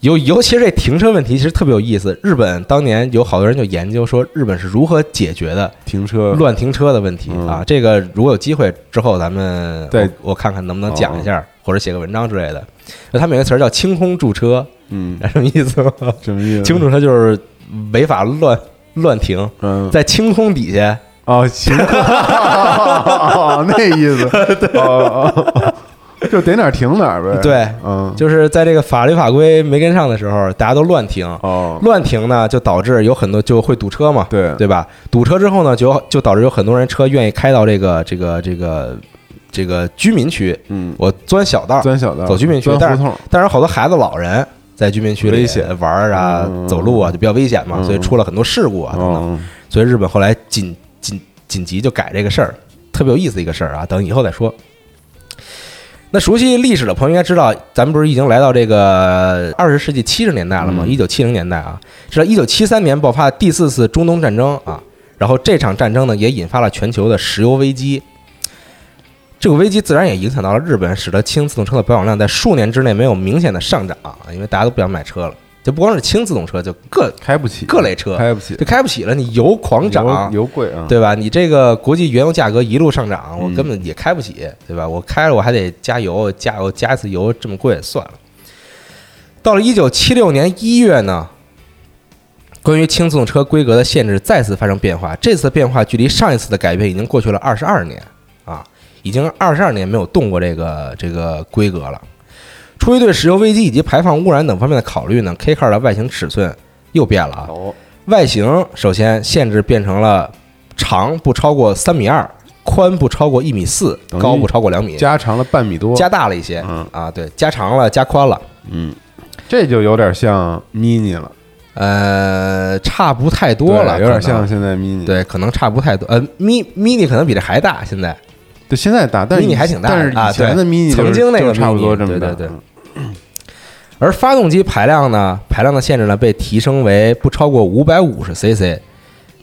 [SPEAKER 2] 尤尤其是这停车问题，其实特别有意思。日本当年有好多人就研究说，日本是如何解决的
[SPEAKER 1] 停车
[SPEAKER 2] 乱停车的问题啊。这个如果有机会之后，咱们
[SPEAKER 1] 嗯对哦
[SPEAKER 2] 我我看看能不能讲一下，或者写个文章之类的。那他们有一个词儿叫“清空驻 车
[SPEAKER 1] 嗯”，，
[SPEAKER 2] 什么意思吗？
[SPEAKER 1] 什么意思？
[SPEAKER 2] 清空驻车就是违法乱乱停，
[SPEAKER 1] 嗯，
[SPEAKER 2] 在清空底下
[SPEAKER 1] 哦，行， 哦，那意 思，哦哦，哦就点哪儿停哪儿呗。
[SPEAKER 2] 对
[SPEAKER 1] 嗯，
[SPEAKER 2] 就是在这个法律法规没跟上的时候，大家都乱停，
[SPEAKER 1] 哦，
[SPEAKER 2] 乱停呢就导致有很多就会堵车嘛，
[SPEAKER 1] 对
[SPEAKER 2] 对吧？堵车之后呢，就就导致有很多人车愿意开到这个这个这个这个居民区，
[SPEAKER 1] 嗯，
[SPEAKER 2] 我钻小道，
[SPEAKER 1] 钻小道，
[SPEAKER 2] 走居民区
[SPEAKER 1] 钻胡同，
[SPEAKER 2] 但是好多孩子、老人在居民区里
[SPEAKER 1] 危险
[SPEAKER 2] 玩儿啊、
[SPEAKER 1] 嗯
[SPEAKER 2] 走路啊就比较危险嘛，
[SPEAKER 1] 嗯
[SPEAKER 2] 所以出了很多事故啊等等。
[SPEAKER 1] 哦，
[SPEAKER 2] 所以日本后来紧紧紧急就改这个事儿，特别有意思一个事儿啊，等以后再说。那熟悉历史的朋友应该知道，咱们不是已经来到这个二十世纪七十年代了吗？
[SPEAKER 1] 嗯
[SPEAKER 2] 一九七零年代啊，直到一九七三年爆发第四次中东战争啊，然后这场战争呢也引发了全球的石油危机。这个危机自然也影响到了日本，使得轻自动车的保有量在数年之内没有明显的上涨啊，因为大家都不想买车了，就不光是轻自动车，就各
[SPEAKER 1] 开不起，
[SPEAKER 2] 各类车
[SPEAKER 1] 开不起，
[SPEAKER 2] 就开不起了，你油狂涨，
[SPEAKER 1] 油油贵啊，
[SPEAKER 2] 对吧？你这个国际原油价格一路上涨，我
[SPEAKER 1] 嗯
[SPEAKER 2] 根本也开不起，对吧？我开了我还得加油，加油加一次油这么贵，算了。到了一九七六年一月呢，关于轻自动车规格的限制再次发生变化，这次变化距离上一次的改变已经过去了二十二年啊，已经二十二年没有动过这个这个规格了。出于对石油危机以及排放污染等方面的考虑呢，K car 的外形尺寸又变了啊，
[SPEAKER 1] 哦，
[SPEAKER 2] 外形首先限制变成了长不超过三米二，宽不超过一米四
[SPEAKER 1] 等，于
[SPEAKER 2] 高不超过两米，
[SPEAKER 1] 加长了半米多，
[SPEAKER 2] 加大了一些
[SPEAKER 1] 嗯
[SPEAKER 2] 啊，对，加长了，加宽了，
[SPEAKER 1] 嗯，这就有点像 mini 了，
[SPEAKER 2] 呃，差不太多了，
[SPEAKER 1] 对有点
[SPEAKER 2] 可能
[SPEAKER 1] 像现在 mini，，
[SPEAKER 2] 对，可能差不太多，呃，mi mini 可能比这还大，现在
[SPEAKER 1] 对，现在大，但是
[SPEAKER 2] mini 还挺大的
[SPEAKER 1] 但是
[SPEAKER 2] 啊
[SPEAKER 1] 以前的
[SPEAKER 2] 对
[SPEAKER 1] mini 就是
[SPEAKER 2] 曾经那个
[SPEAKER 1] 就是差不多
[SPEAKER 2] mini，
[SPEAKER 1] 这么大，
[SPEAKER 2] 对对对而发动机排量呢，排量的限制呢被提升为不超过五百五十 cc。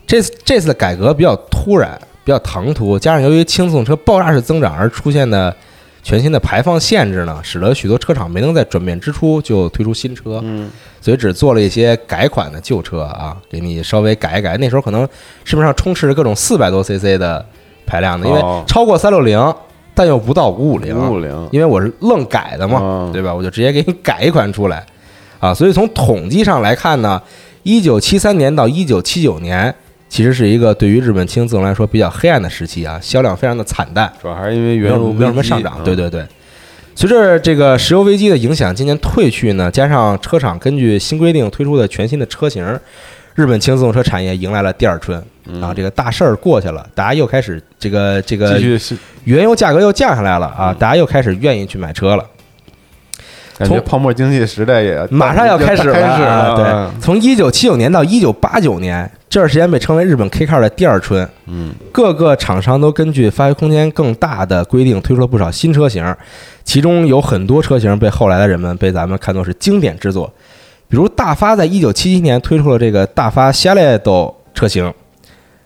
[SPEAKER 2] 这次这次的改革比较突然，比较唐突，加上由于轻自动车爆炸式增长而出现的全新的排放限制呢，使得许多车厂没能在转变之初就推出新车，
[SPEAKER 1] 嗯，
[SPEAKER 2] 所以只做了一些改款的旧车啊，给你稍微改一改。那时候可能市面上充斥着各种四百多 cc 的排量的，因为
[SPEAKER 1] 哦
[SPEAKER 2] 超过三六零，但又不到五五零，
[SPEAKER 1] 五五零，
[SPEAKER 2] 因为我是愣改的嘛，
[SPEAKER 1] 嗯
[SPEAKER 2] 对吧？我就直接给你改一款出来，啊，所以从统计上来看呢，一九七三年到一九七九年，其实是一个对于日本轻自动来说比较黑暗的时期啊，销量非常的惨淡，
[SPEAKER 1] 主要还是因为
[SPEAKER 2] 没
[SPEAKER 1] 原
[SPEAKER 2] 有
[SPEAKER 1] 油
[SPEAKER 2] 没有什么
[SPEAKER 1] 危机
[SPEAKER 2] 上涨，
[SPEAKER 1] 嗯
[SPEAKER 2] 对对对。随着这个石油危机的影响渐渐退去呢，加上车厂根据新规定推出的全新的车型，日本轻自动车产业迎来了第二春啊！这个大事儿过去了，大家又开始这个这
[SPEAKER 1] 嗯
[SPEAKER 2] 个
[SPEAKER 1] 继续是
[SPEAKER 2] 原油价格又降下来了啊，大家又开始愿意去买车了，
[SPEAKER 1] 感觉
[SPEAKER 2] 从
[SPEAKER 1] 泡沫经济时代也
[SPEAKER 2] 马上要开始
[SPEAKER 1] 始
[SPEAKER 2] 了
[SPEAKER 1] 开
[SPEAKER 2] 啊。
[SPEAKER 1] 了嗯
[SPEAKER 2] 对，从一九七九年到一九八九年这段时间被称为日本 K car 的第二春，
[SPEAKER 1] 嗯，
[SPEAKER 2] 各个厂商都根据发挥空间更大的规定推出了不少新车型，其中有很多车型被后来的人们被咱们看作是经典之作，比如大发在一九七七年推出了这个大发夏列斗车型，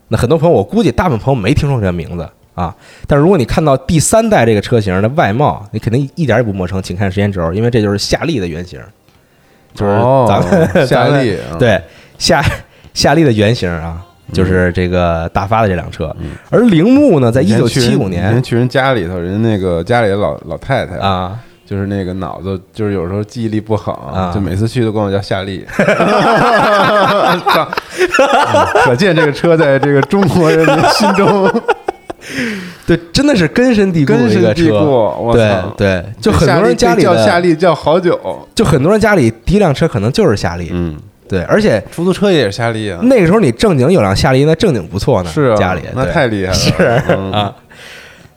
[SPEAKER 2] 那很多朋友我估计大部分朋友没听说过这个名字啊，但是如果你看到第三代这个车型的外貌，你肯定一点也不陌生，请看时间轴，因为这就是夏利的原型，就是
[SPEAKER 1] 哦
[SPEAKER 2] 咱们、咱
[SPEAKER 1] 夏
[SPEAKER 2] 们
[SPEAKER 1] 利，嗯，
[SPEAKER 2] 对夏夏利的原型啊，就是
[SPEAKER 1] 嗯
[SPEAKER 2] 这个大发的这辆车，而铃木呢，在一九七五
[SPEAKER 1] 人
[SPEAKER 2] 年
[SPEAKER 1] 去人家里头，人那个家里的老老太太，
[SPEAKER 2] 啊，
[SPEAKER 1] 就是那个脑子，就是有时候记忆力不好
[SPEAKER 2] 啊，
[SPEAKER 1] 就每次去都管我叫夏利。 可见这个车在这个中国人的心 中
[SPEAKER 2] 对，真的是根深蒂固的
[SPEAKER 1] 根
[SPEAKER 2] 一
[SPEAKER 1] 深
[SPEAKER 2] 个
[SPEAKER 1] 蒂固。
[SPEAKER 2] 车，
[SPEAKER 1] 我
[SPEAKER 2] 对
[SPEAKER 1] 操，
[SPEAKER 2] 对，就很多人家里
[SPEAKER 1] 叫夏
[SPEAKER 2] 的，
[SPEAKER 1] 利叫好久，
[SPEAKER 2] 就很多人家里第一辆车可能就是夏利，
[SPEAKER 1] 嗯，
[SPEAKER 2] 对，而且
[SPEAKER 1] 出租车也是夏利啊，
[SPEAKER 2] 那个时候你正经有辆夏利，那正经不错呢，
[SPEAKER 1] 是啊，
[SPEAKER 2] 嗯家里
[SPEAKER 1] 那
[SPEAKER 2] 对
[SPEAKER 1] 太厉害了，
[SPEAKER 2] 是
[SPEAKER 1] 嗯
[SPEAKER 2] 啊。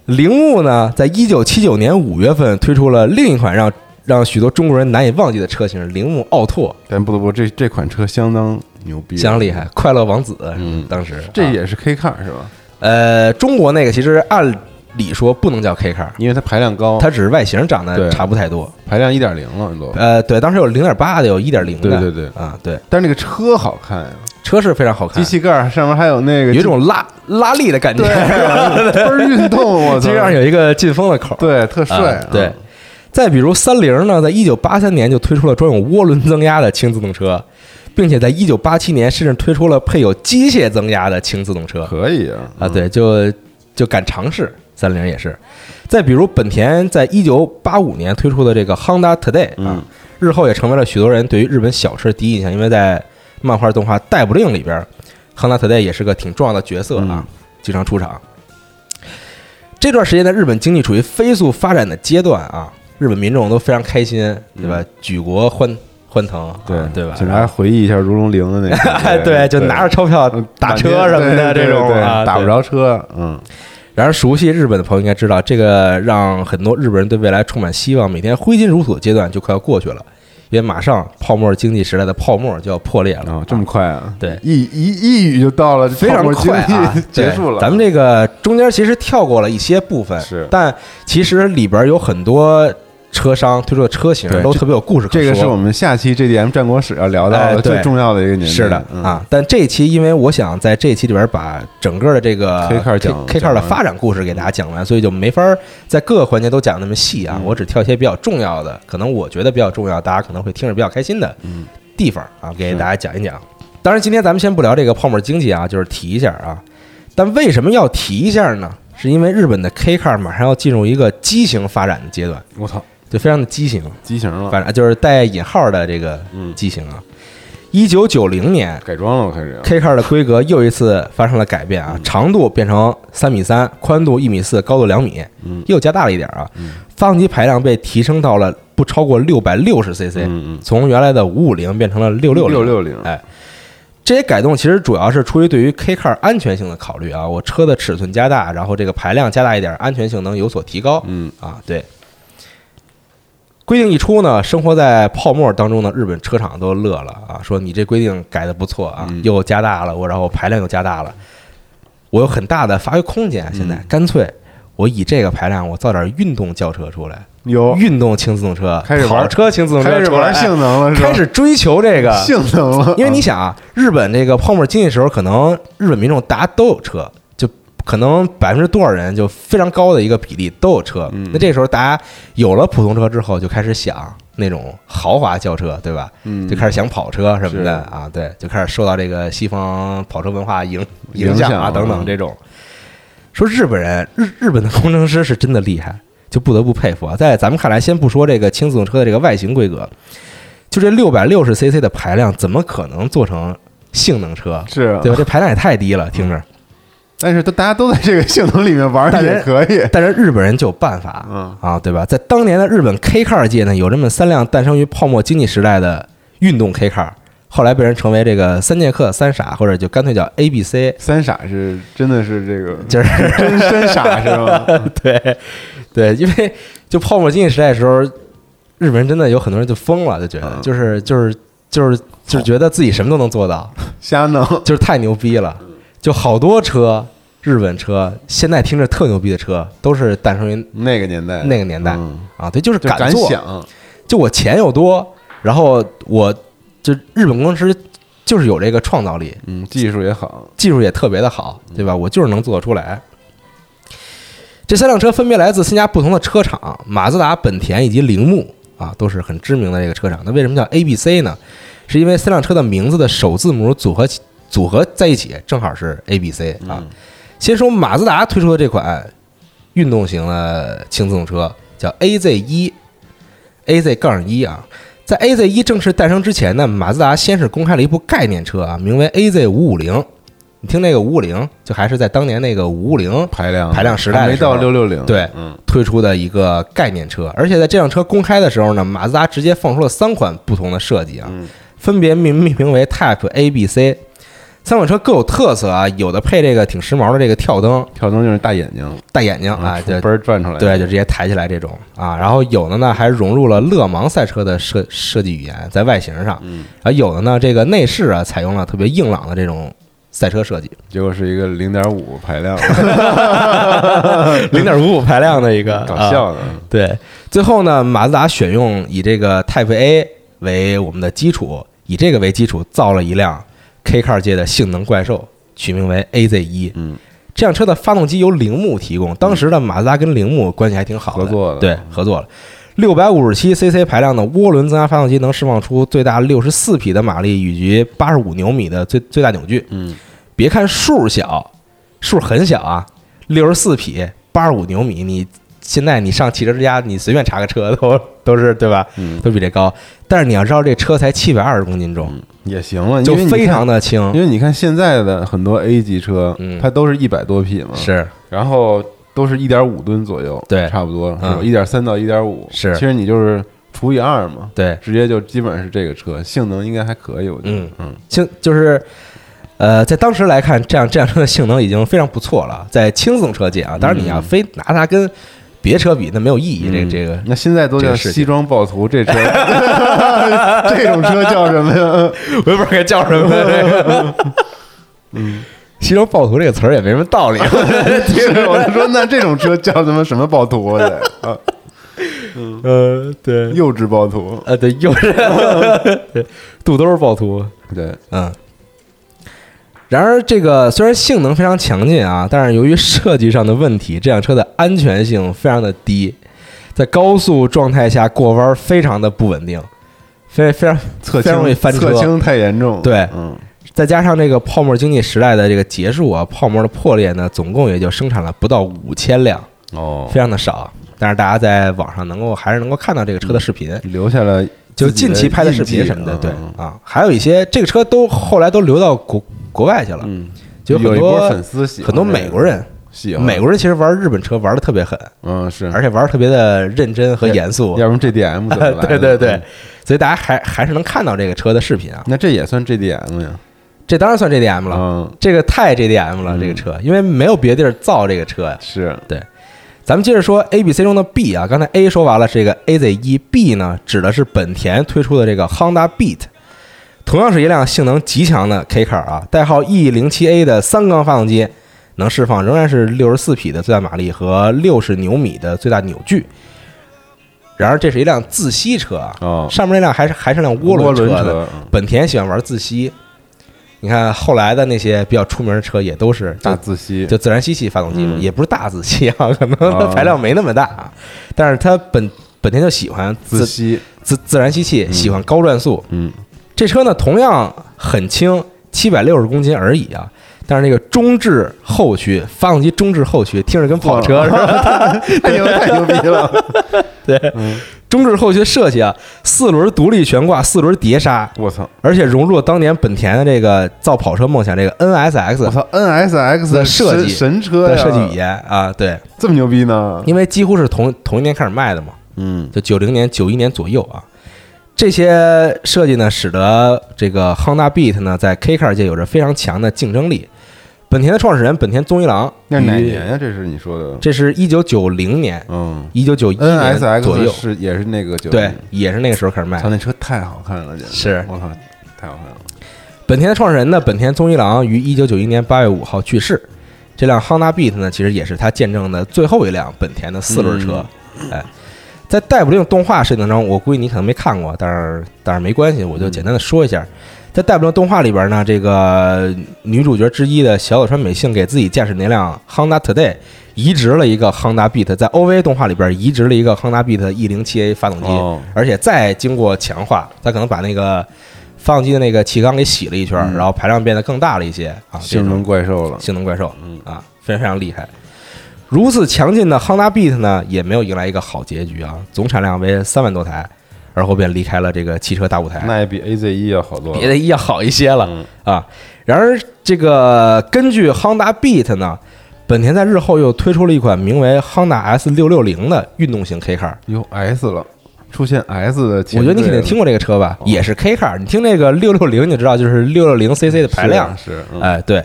[SPEAKER 2] 铃木呢，在一九七九年五月份推出了另一款让让许多中国人难以忘记的车型——铃木奥拓，
[SPEAKER 1] 但不得不说这这款车相当牛逼，
[SPEAKER 2] 相当厉害，快乐王子，
[SPEAKER 1] 嗯
[SPEAKER 2] 当时
[SPEAKER 1] 这
[SPEAKER 2] 啊
[SPEAKER 1] 也是 K car 是吧？
[SPEAKER 2] 呃，中国那个其实按理说不能叫 K car，
[SPEAKER 1] 因为它排量高，
[SPEAKER 2] 它只是外形长得
[SPEAKER 1] 哦对
[SPEAKER 2] 差不太多。
[SPEAKER 1] 排量一点零了都。
[SPEAKER 2] 呃，对，当时有零点八的，有一点零的，
[SPEAKER 1] 对对对
[SPEAKER 2] 啊，对，
[SPEAKER 1] 但是那个车好看呀，
[SPEAKER 2] 车是非常好看
[SPEAKER 1] 机，器盖儿上面还有那个
[SPEAKER 2] 哎有一种拉拉力的感觉
[SPEAKER 1] 对， 倍儿运动，我
[SPEAKER 2] 机
[SPEAKER 1] 操
[SPEAKER 2] 器！盖上有一个进风的口儿，
[SPEAKER 1] 对，特帅
[SPEAKER 2] 啊
[SPEAKER 1] 啊。
[SPEAKER 2] 对，再比如三菱呢，在一九八三年就推出了装有涡轮增压的轻自动车，并且在一九八七年甚至推出了配有机械增压的轻自动车
[SPEAKER 1] 可以啊。
[SPEAKER 2] 啊，对，就就敢尝试。三菱也是，再比如本田在一九八五年推出的这个 Honda Today 啊，
[SPEAKER 1] 嗯
[SPEAKER 2] 日后也成为了许多人对于日本小车的第一印象，因为在漫画动画《逮捕令》里边，Honda Today 也是个挺重要的角色啊，
[SPEAKER 1] 嗯
[SPEAKER 2] 经常出场。这段时间的日本经济处于飞速发展的阶段啊，日本民众都非常开心，对吧？举国欢欢腾，
[SPEAKER 1] 嗯对
[SPEAKER 2] 啊对吧？
[SPEAKER 1] 警察回忆一下如龙零的那个感觉，
[SPEAKER 2] 对，就拿着钞票
[SPEAKER 1] 嗯
[SPEAKER 2] 打车什么的
[SPEAKER 1] 对
[SPEAKER 2] 这种
[SPEAKER 1] 对对
[SPEAKER 2] 啊，
[SPEAKER 1] 打
[SPEAKER 2] 对
[SPEAKER 1] 不着车，嗯，
[SPEAKER 2] 然而，熟悉日本的朋友应该知道，这个让很多日本人对未来充满希望、每天挥金如土的阶段就快要过去了，因为马上泡沫经济时代的泡沫就要破裂了。
[SPEAKER 1] 啊，这么快啊？
[SPEAKER 2] 对
[SPEAKER 1] 一一一语就到了，
[SPEAKER 2] 非常
[SPEAKER 1] 泡沫经
[SPEAKER 2] 快 啊
[SPEAKER 1] 济，
[SPEAKER 2] 对
[SPEAKER 1] 结束了。
[SPEAKER 2] 咱们这个中间其实跳过了一些部分，
[SPEAKER 1] 是
[SPEAKER 2] 但其实里边有很多车商推出的车型
[SPEAKER 1] 对
[SPEAKER 2] 都特别有故事可说。
[SPEAKER 1] 这个是我们下期 JDM 战国史要聊到
[SPEAKER 2] 哎
[SPEAKER 1] 的
[SPEAKER 2] 对
[SPEAKER 1] 最重要的一个年代，
[SPEAKER 2] 是的
[SPEAKER 1] 嗯，
[SPEAKER 2] 啊，但这一期因为我想在这一期里边把整个的这个
[SPEAKER 1] K car 讲
[SPEAKER 2] K K
[SPEAKER 1] 讲
[SPEAKER 2] car 的
[SPEAKER 1] 完
[SPEAKER 2] 发展故事给大家讲完，所以就没法儿在各个环节都讲那么细
[SPEAKER 1] 嗯
[SPEAKER 2] 啊。我只挑一些比较重要的，可能我觉得比较重要，大家可能会听着比较开心的
[SPEAKER 1] 嗯
[SPEAKER 2] 地方啊，给大家讲一讲。当然，今天咱们先不聊这个泡沫经济啊，就是提一下啊。但为什么要提一下呢？是因为日本的 K car 马上要进入一个畸形发展的阶段，
[SPEAKER 1] 我操，
[SPEAKER 2] 就非常的畸形，
[SPEAKER 1] 畸形了，
[SPEAKER 2] 反正就是带引号的这个
[SPEAKER 1] 啊嗯
[SPEAKER 2] 畸形啊。一九九零年，
[SPEAKER 1] 改装了，我开始
[SPEAKER 2] K car 的规格又一次发生了改变
[SPEAKER 1] 嗯
[SPEAKER 2] 啊，长度变成三米三，宽度一米四，高度两米，
[SPEAKER 1] 嗯
[SPEAKER 2] 又加大了一点啊。发动机排量被提升到了不超过六百六十 CC，
[SPEAKER 1] 嗯嗯，
[SPEAKER 2] 从原来的五五零变成了六六
[SPEAKER 1] 六六零，
[SPEAKER 2] 哎，这些改动其实主要是出于对于 K car 安全性的考虑啊，我车的尺寸加大，然后这个排量加大一点，安全性能有所提高。
[SPEAKER 1] 嗯，
[SPEAKER 2] 啊，对。规定一出呢，生活在泡沫当中的日本车厂都乐了啊，说你这规定改的不错啊，
[SPEAKER 1] 嗯
[SPEAKER 2] 又加大了我，然后排量又加大了，我有很大的发挥空间啊。现在、
[SPEAKER 1] 嗯
[SPEAKER 2] 干脆我以这个排量，我造点运动轿车出来，
[SPEAKER 1] 有
[SPEAKER 2] 运动轻自动车
[SPEAKER 1] 哦开始，玩
[SPEAKER 2] 跑车轻自动车
[SPEAKER 1] 开始
[SPEAKER 2] 出来，
[SPEAKER 1] 玩性能了，
[SPEAKER 2] 哎
[SPEAKER 1] 是吧
[SPEAKER 2] 开始追求 这个
[SPEAKER 1] 性能了，
[SPEAKER 2] 因为你想啊，日本这个泡沫经济时候，可能日本民众大家都有车，就可能百分之多少人就非常高的一个比例都有车。那这时候大家有了普通车之后，就开始想那种豪华轿车，对吧？
[SPEAKER 1] 嗯
[SPEAKER 2] 就开始想跑车什么的
[SPEAKER 1] 是
[SPEAKER 2] 啊，对，就开始受到这个西方跑车文化影
[SPEAKER 1] 影
[SPEAKER 2] 响啊
[SPEAKER 1] 响
[SPEAKER 2] 等
[SPEAKER 1] 嗯
[SPEAKER 2] 等这种。说日本人，日日本的工程师是真的厉害，就不得不佩服啊。在咱们看来，先不说这个轻自动车的这个外形规格，就这六百六十 CC 的排量，怎么可能做成性能车？
[SPEAKER 1] 是啊
[SPEAKER 2] 对吧？这排量也太低了，听着。
[SPEAKER 1] 嗯但是都大家都在这个性能里面玩
[SPEAKER 2] 但
[SPEAKER 1] 儿
[SPEAKER 2] 是
[SPEAKER 1] 也可以，
[SPEAKER 2] 但是日本人就有办法，
[SPEAKER 1] 嗯
[SPEAKER 2] 啊，对吧？在当年的日本 K car 界呢，有这么三辆诞生于泡沫经济时代的运动 K car，后来被人称为这个三剑客、三傻，或者就干脆叫 A B C，
[SPEAKER 1] 三傻是真的是这个
[SPEAKER 2] 就是
[SPEAKER 1] 真真傻是吗？
[SPEAKER 2] 对对，因为就泡沫经济时代的时候，日本人真的有很多人就疯了，就觉得
[SPEAKER 1] 嗯
[SPEAKER 2] 就是就是就是就是觉得自己什么都能做到，
[SPEAKER 1] 瞎弄，
[SPEAKER 2] 就是太牛逼了。就好多车，日本车现在听着特牛逼的车，都是诞生于
[SPEAKER 1] 那个年代，
[SPEAKER 2] 那个年代
[SPEAKER 1] 嗯
[SPEAKER 2] 啊，对，就是
[SPEAKER 1] 就敢
[SPEAKER 2] 做，
[SPEAKER 1] 想，
[SPEAKER 2] 就我钱又多，然后我就日本工程师就是有这个创造力，
[SPEAKER 1] 嗯，技术也好，
[SPEAKER 2] 技术也特别的好，对吧？我就是能做得出来。这三辆车分别来自三家不同的车厂，马自达、本田以及铃木啊，都是很知名的这个车厂。那为什么叫 A、B、C 呢？是因为三辆车的名字的首字母组合起组合在一起，正好是 A、B、C 啊。
[SPEAKER 1] 嗯
[SPEAKER 2] 先说马自达推出的这款运动型的轻自动车，叫 AZ 一，AZ 杠一啊。在 AZ 一正式诞生之前呢，马自达先是公开了一部概念车啊，名为 AZ 五五零。你听那个五五零，就还是在当年那个五五零
[SPEAKER 1] 排量
[SPEAKER 2] 排量时代
[SPEAKER 1] 还
[SPEAKER 2] 的
[SPEAKER 1] 没
[SPEAKER 2] 时候
[SPEAKER 1] 到六六零，
[SPEAKER 2] 对
[SPEAKER 1] 嗯，
[SPEAKER 2] 推出的一个概念车。而且在这辆车公开的时候呢，马自达直接放出了三款不同的设计啊，
[SPEAKER 1] 嗯
[SPEAKER 2] 分别命命名为 Type A、B、C。三款车各有特色啊，有的配这个挺时髦的这个跳灯，
[SPEAKER 1] 跳灯就是大眼睛
[SPEAKER 2] 大眼睛啊，对
[SPEAKER 1] 嘣儿转出来，
[SPEAKER 2] 对，就直接抬起来这种啊。然后有的呢还融入了勒芒赛车的设设计语言在外形上，
[SPEAKER 1] 嗯
[SPEAKER 2] 啊然后有的呢这个内饰啊采用了特别硬朗的这种赛车设计，
[SPEAKER 1] 结果是一个零点五排 量，
[SPEAKER 2] 啊零点五五排量的一个，
[SPEAKER 1] 搞
[SPEAKER 2] 啊
[SPEAKER 1] 笑的。
[SPEAKER 2] 对，最后呢，马自达选用以这个 Type A 为我们的基础，以这个为基础造了一辆 K Car 界的性能怪兽，取名为 AZ 一。
[SPEAKER 1] 嗯，
[SPEAKER 2] 这辆车的发动机由铃木提供，当时的马自达跟铃木关系还挺好的，
[SPEAKER 1] 合作的
[SPEAKER 2] 对，合作了。六百五十七 CC 排量的涡轮增压发动机能释放出最大六十四匹的马力以及八十五牛米的最最大扭矩。
[SPEAKER 1] 嗯，
[SPEAKER 2] 别看数小，数很小啊，六十四匹，八十五牛米，你现在你上汽车之家，你随便查个车都都是对吧？
[SPEAKER 1] 嗯
[SPEAKER 2] 都比这高。但是你要知道，这车才七百二十公斤重，
[SPEAKER 1] 也行了，
[SPEAKER 2] 就
[SPEAKER 1] 因为你看
[SPEAKER 2] 非常的轻。
[SPEAKER 1] 因为你看现在的很多 A 级车，
[SPEAKER 2] 嗯
[SPEAKER 1] 它都是一百多匹嘛，，
[SPEAKER 2] 是，
[SPEAKER 1] 然后都是一点五吨左右，
[SPEAKER 2] 对
[SPEAKER 1] 差不多是吧？
[SPEAKER 2] 嗯
[SPEAKER 1] 一点三到一点五，
[SPEAKER 2] 是
[SPEAKER 1] 其实你就是除以二嘛，
[SPEAKER 2] 对，
[SPEAKER 1] 直接就基本上是这个车，性能应该还可以，我觉得，
[SPEAKER 2] 嗯
[SPEAKER 1] 嗯
[SPEAKER 2] 轻就是，呃，在当时来看，这样这辆车的性能已经非常不错了，在轻自动车界啊。当然，你要
[SPEAKER 1] 嗯
[SPEAKER 2] 非拿它跟别车比，那没有意义。
[SPEAKER 1] 嗯
[SPEAKER 2] 这个这个
[SPEAKER 1] 那现在都
[SPEAKER 2] 这
[SPEAKER 1] 叫
[SPEAKER 2] 个事情
[SPEAKER 1] 西装暴徒，这车， 这种车叫什么 呀？ 嗯
[SPEAKER 2] 我也不知道该叫什么。 嗯，西装嗯暴徒这个词儿也没什么道 理。啊
[SPEAKER 1] 是我就说，那这种车叫他妈什么暴徒啊？ 得啊，
[SPEAKER 2] 呃，对，
[SPEAKER 1] 幼稚暴徒，
[SPEAKER 2] 呃，对，又 是对肚兜儿暴徒。
[SPEAKER 1] 对，
[SPEAKER 2] 嗯。然而，这个虽然性能非常强劲啊，但是由于设计上的问题，这辆车的安全性非常的低，在高速状态下过弯非常的不稳定，非非常
[SPEAKER 1] 侧
[SPEAKER 2] 非常容易
[SPEAKER 1] 倾
[SPEAKER 2] 翻车
[SPEAKER 1] 侧倾太严重，
[SPEAKER 2] 对
[SPEAKER 1] 嗯，
[SPEAKER 2] 再加上这个泡沫经济时代的这个结束啊，泡沫的破裂呢，总共也就生产了不到五千辆，
[SPEAKER 1] 哦，
[SPEAKER 2] 非常的少。但是大家在网上能够还是能够看到这个车的视频，
[SPEAKER 1] 留下了
[SPEAKER 2] 就
[SPEAKER 1] 自己
[SPEAKER 2] 近期拍的视
[SPEAKER 1] 印
[SPEAKER 2] 频
[SPEAKER 1] 记
[SPEAKER 2] 什么的，对
[SPEAKER 1] 嗯
[SPEAKER 2] 啊，还有一些这个车都后来都流到国国外去了，
[SPEAKER 1] 嗯，
[SPEAKER 2] 就
[SPEAKER 1] 有
[SPEAKER 2] 很
[SPEAKER 1] 一波
[SPEAKER 2] 多
[SPEAKER 1] 粉丝喜欢
[SPEAKER 2] 很多
[SPEAKER 1] 这个
[SPEAKER 2] 美国人，
[SPEAKER 1] 喜欢
[SPEAKER 2] 美国人其实玩日本车玩的特别狠，
[SPEAKER 1] 嗯是，
[SPEAKER 2] 而且玩得特别的认真和
[SPEAKER 1] 对
[SPEAKER 2] 严肃。
[SPEAKER 1] 要不然 JDM 怎么来 的？
[SPEAKER 2] 对对对
[SPEAKER 1] 嗯，，
[SPEAKER 2] 所以大家还还是能看到这个车的视频啊。
[SPEAKER 1] 那这也算 JDM 呀？
[SPEAKER 2] 这当然算 JDM 了，
[SPEAKER 1] 嗯，
[SPEAKER 2] 这个太 JDM 了，
[SPEAKER 1] 嗯
[SPEAKER 2] 这个车，因为没有别地儿造这个车呀。
[SPEAKER 1] 是
[SPEAKER 2] 咱们接着说 A、B、C 中的 B 啊，刚才 A 说完了，是这个 AZ 一 B 呢，指的是本田推出的这个 Honda Beat，同样是一辆性能极强的 K car 啊，代号 E 零七 A 的三缸发动机，能释放仍然是六十四匹的最大马力和六十牛米的最大扭矩。然而，这是一辆自吸车啊，
[SPEAKER 1] 哦，
[SPEAKER 2] 上面那辆还是还是辆涡
[SPEAKER 1] 轮
[SPEAKER 2] 轮车的。
[SPEAKER 1] 车，嗯
[SPEAKER 2] 本田喜欢玩自吸，你看后来的那些比较出名的车也都是就
[SPEAKER 1] 大自吸，
[SPEAKER 2] 就自然吸气发动机嘛，
[SPEAKER 1] 嗯
[SPEAKER 2] 也不是大自吸啊，可能它
[SPEAKER 1] 啊
[SPEAKER 2] 排量没那么大，啊、但是它本本田就喜欢
[SPEAKER 1] 自
[SPEAKER 2] 自嗯
[SPEAKER 1] 吸，
[SPEAKER 2] 自自然吸气，喜欢高转速。
[SPEAKER 1] 嗯，
[SPEAKER 2] 这车呢同样很轻，七百六十公斤而已啊。但是那个中置后驱，发动机中置后驱，听着跟跑车似的。
[SPEAKER 1] 太牛太牛逼了，
[SPEAKER 2] 对，
[SPEAKER 1] 嗯，
[SPEAKER 2] 中置后驱设计啊，四轮独立悬挂，四轮碟刹，
[SPEAKER 1] 我操，
[SPEAKER 2] 而且融入了当年本田的这个造跑车梦想这个
[SPEAKER 1] 我
[SPEAKER 2] NSX
[SPEAKER 1] 操，NSX
[SPEAKER 2] 的设计
[SPEAKER 1] 神神车
[SPEAKER 2] 的
[SPEAKER 1] 呀
[SPEAKER 2] 设计语言哦啊，对，
[SPEAKER 1] 这么牛逼呢？
[SPEAKER 2] 因为几乎是同同一年开始卖的嘛。
[SPEAKER 1] 嗯，
[SPEAKER 2] 就九零年、九一年左右啊。这些设计呢，使得这个 Honda Beat 呢，在 K Car 界有着非常强的竞争力。本田的创始人本田宗一郎，
[SPEAKER 1] 那哪
[SPEAKER 2] 于
[SPEAKER 1] 年呀？这是你说的？
[SPEAKER 2] 这是一九九零年、
[SPEAKER 1] 嗯
[SPEAKER 2] 一九九一年左
[SPEAKER 1] ，NSX
[SPEAKER 2] 右，
[SPEAKER 1] 是也是那个九
[SPEAKER 2] 对，也是那个时候开始卖
[SPEAKER 1] 操，。那车太好看了，简直
[SPEAKER 2] 是
[SPEAKER 1] 我操，太好看了，
[SPEAKER 2] 本田的创始人呢，本田宗一郎于一九九一年八月五号去世。这辆 Honda Beat 呢，其实也是他见证的最后一辆本田的四轮车。哎，在逮捕令动画设定中，我估计你可能没看过，但是但是没关系，我就简单的说一下。在逮捕令动画里边呢，这个女主角之一的小早川美幸给自己驾驶那辆 Honda Today 移植了一个 Honda Beat，在 OVA 动画里边移植了一个 Honda Beat E 零七 A 发动机。
[SPEAKER 1] 哦，
[SPEAKER 2] 而且再经过强化，它可能把那个发动机的那个气缸给洗了一圈，
[SPEAKER 1] 嗯
[SPEAKER 2] 然后排量变得更大了一些啊，这
[SPEAKER 1] 性
[SPEAKER 2] 种
[SPEAKER 1] 能怪兽了，
[SPEAKER 2] 性能怪兽
[SPEAKER 1] 嗯
[SPEAKER 2] 啊，非常非常厉害。如此强劲的 Honda Beat 呢，也没有迎来一个好结局啊，总产量为三万多台，而后便离开了这个汽车大舞台，
[SPEAKER 1] 那也比 AZ 一要好多了，
[SPEAKER 2] 别的要好一些了。
[SPEAKER 1] 嗯
[SPEAKER 2] 啊。然而，这个根据 Honda Beat 呢，本田在日后又推出了一款名为 Honda S 六六零的运动型 K car，
[SPEAKER 1] 有 S 了，出现 S 的前
[SPEAKER 2] 我觉
[SPEAKER 1] 缀了，
[SPEAKER 2] 得你肯定听过这个车吧，
[SPEAKER 1] 哦
[SPEAKER 2] 也是 K car。你听这个六六零，你就知道就是六六零 CC 的排量。
[SPEAKER 1] 是啊，是
[SPEAKER 2] 哎，对，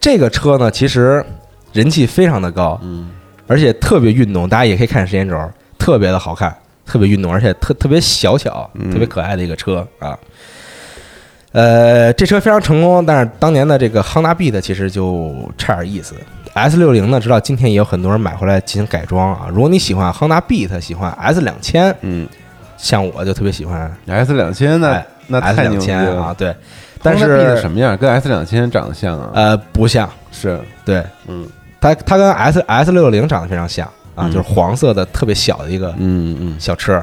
[SPEAKER 2] 这个车呢，其实人气非常的高，
[SPEAKER 1] 嗯
[SPEAKER 2] 而且特别运动。大家也可以看时间轴，特别的好看，特别运动，而且特特别小巧，
[SPEAKER 1] 嗯
[SPEAKER 2] 特别可爱的一个车啊。呃，这车非常成功，但是当年的这个 Honda Beat 其实就差点意思。S 六零呢，直到今天也有很多人买回来进行改装啊。如果你喜欢 Honda Beat，喜欢 S 两千，
[SPEAKER 1] 嗯
[SPEAKER 2] 像我就特别喜欢
[SPEAKER 1] ，S 两千那
[SPEAKER 2] 哎
[SPEAKER 1] 那
[SPEAKER 2] S
[SPEAKER 1] 太
[SPEAKER 2] 两
[SPEAKER 1] 牛逼
[SPEAKER 2] 千啊，
[SPEAKER 1] 了。
[SPEAKER 2] 对。但
[SPEAKER 1] Honda Beat
[SPEAKER 2] 是
[SPEAKER 1] 什么样？跟 S 两千长得像啊？
[SPEAKER 2] 呃，不像，
[SPEAKER 1] 是，
[SPEAKER 2] 对，
[SPEAKER 1] 嗯
[SPEAKER 2] 它它跟 S S 六零长得非常像啊，
[SPEAKER 1] 嗯
[SPEAKER 2] 就是黄色的特别小的一个
[SPEAKER 1] 嗯嗯
[SPEAKER 2] 小车。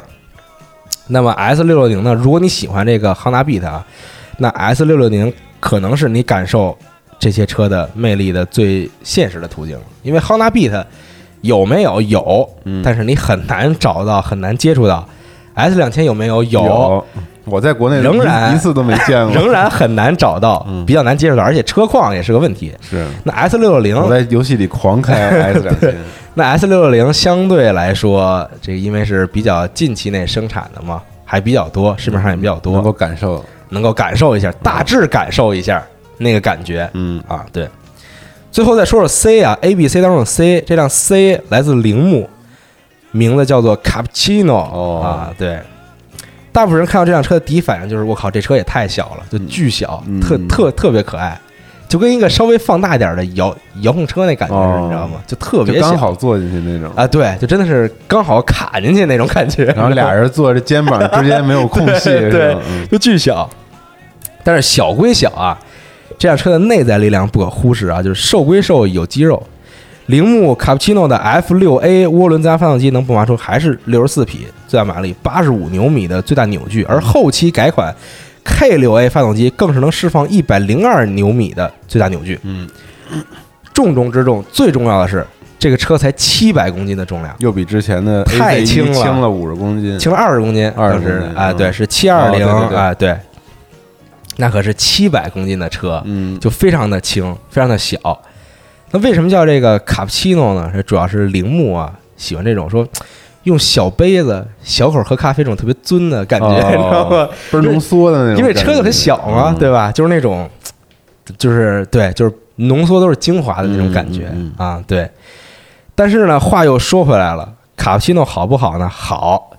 [SPEAKER 2] 那么 S 六六零呢？如果你喜欢这个 Honda Beat 啊，那 S 六六零可能是你感受这些车的魅力的最现实的途径了，因为 Honda Beat 有没有有，
[SPEAKER 1] 嗯，
[SPEAKER 2] 但是你很难找到，很难接触到。S 两千有没有有，
[SPEAKER 1] 有，我在国内
[SPEAKER 2] 仍
[SPEAKER 1] 一
[SPEAKER 2] 然
[SPEAKER 1] 一次都没见过，
[SPEAKER 2] 仍然很难找到，
[SPEAKER 1] 嗯
[SPEAKER 2] 比较难接触到，而且车况也是个问题。
[SPEAKER 1] 是。
[SPEAKER 2] 那 S 六六零
[SPEAKER 1] 我在游戏里狂开 S 两千，
[SPEAKER 2] 那 S 六六零相对来说，这个因为是比较近期内生产的嘛，还比较多，市面上也比较多，
[SPEAKER 1] 能够感受，
[SPEAKER 2] 能够感受一下，大致感受一下那个感觉
[SPEAKER 1] 嗯
[SPEAKER 2] 啊。对，最后再说说 C 啊，A、B、C 当中的 C，这辆 C 来自铃木，名字叫做 Cappuccino、
[SPEAKER 1] 哦
[SPEAKER 2] 啊，对。大部分人看到这辆车的第一反应就是我靠，这车也太小了，就巨小，
[SPEAKER 1] 嗯
[SPEAKER 2] 特特特别可爱，就跟一个稍微放大点的遥遥控车那感觉似的，
[SPEAKER 1] 哦
[SPEAKER 2] 你知道吗？就特
[SPEAKER 1] 就
[SPEAKER 2] 别
[SPEAKER 1] 刚
[SPEAKER 2] 小。
[SPEAKER 1] 好坐进去那种。
[SPEAKER 2] 啊，对，就真的是刚好卡进去那种感觉，
[SPEAKER 1] 然后 俩人坐着肩膀之间没有空隙，
[SPEAKER 2] 对
[SPEAKER 1] 是吧嗯
[SPEAKER 2] 就巨小。但是小归小啊，这辆车的内在力量不可忽视啊，就是瘦归瘦，有肌肉。铃木卡布奇诺的 F 六 A 涡轮增压发动机能迸发出还是六十四匹最大马力、八十五牛米的最大扭矩，而后期改款 K 六 A 发动机更是能释放一百零二牛米的最大扭矩。
[SPEAKER 1] 嗯，
[SPEAKER 2] 重中之重，最重要的是这个车才七百公斤的重量，
[SPEAKER 1] 又比之前的
[SPEAKER 2] 太
[SPEAKER 1] AZ1
[SPEAKER 2] 轻了
[SPEAKER 1] 轻了五十公斤，
[SPEAKER 2] 轻了二十公斤，
[SPEAKER 1] 20
[SPEAKER 2] 当时
[SPEAKER 1] 公斤
[SPEAKER 2] 啊，
[SPEAKER 1] 嗯
[SPEAKER 2] 对，是七二零
[SPEAKER 1] 哦对对对
[SPEAKER 2] 啊，对，那可是七百公斤的车，
[SPEAKER 1] 嗯，
[SPEAKER 2] 就非常的轻，非常的小。那为什么叫这个卡布奇诺呢？这主要是铃木啊喜欢这种说用小杯子、小口喝咖啡这种特别尊的感觉，
[SPEAKER 1] 哦
[SPEAKER 2] 你知道吗？
[SPEAKER 1] 倍儿浓缩的那种感觉，
[SPEAKER 2] 因为车就很小嘛，
[SPEAKER 1] 嗯
[SPEAKER 2] 对吧？就是那种，就是对，就是浓缩都是精华的那种感觉、
[SPEAKER 1] 嗯嗯
[SPEAKER 2] 啊，对。但是呢，话又说回来了，卡布奇诺好不好呢？好，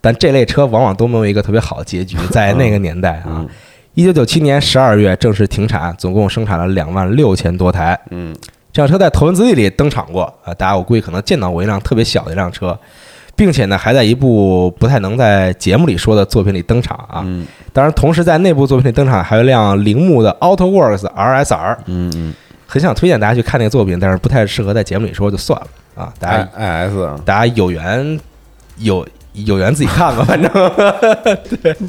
[SPEAKER 2] 但这类车往往都没有一个特别好的结局，在那个年代啊
[SPEAKER 1] 嗯，
[SPEAKER 2] 一九九七年十二月正式停产，总共生产了两万六千多台。
[SPEAKER 1] 嗯
[SPEAKER 2] 这辆车在《头文字 D》里登场过啊，大家我估计可能见到过一辆特别小的一辆车，并且呢还在一部不太能在节目里说的作品里登场啊。
[SPEAKER 1] 嗯
[SPEAKER 2] 当然，同时在内部作品里登场还有一辆铃木的 AutoWorks RSR，
[SPEAKER 1] 嗯嗯
[SPEAKER 2] 很想推荐大家去看那个作品，但是不太适合在节目里说，就算了啊。大家、
[SPEAKER 1] ，I S 啊，
[SPEAKER 2] 大家有缘有有缘自己看吧， 反正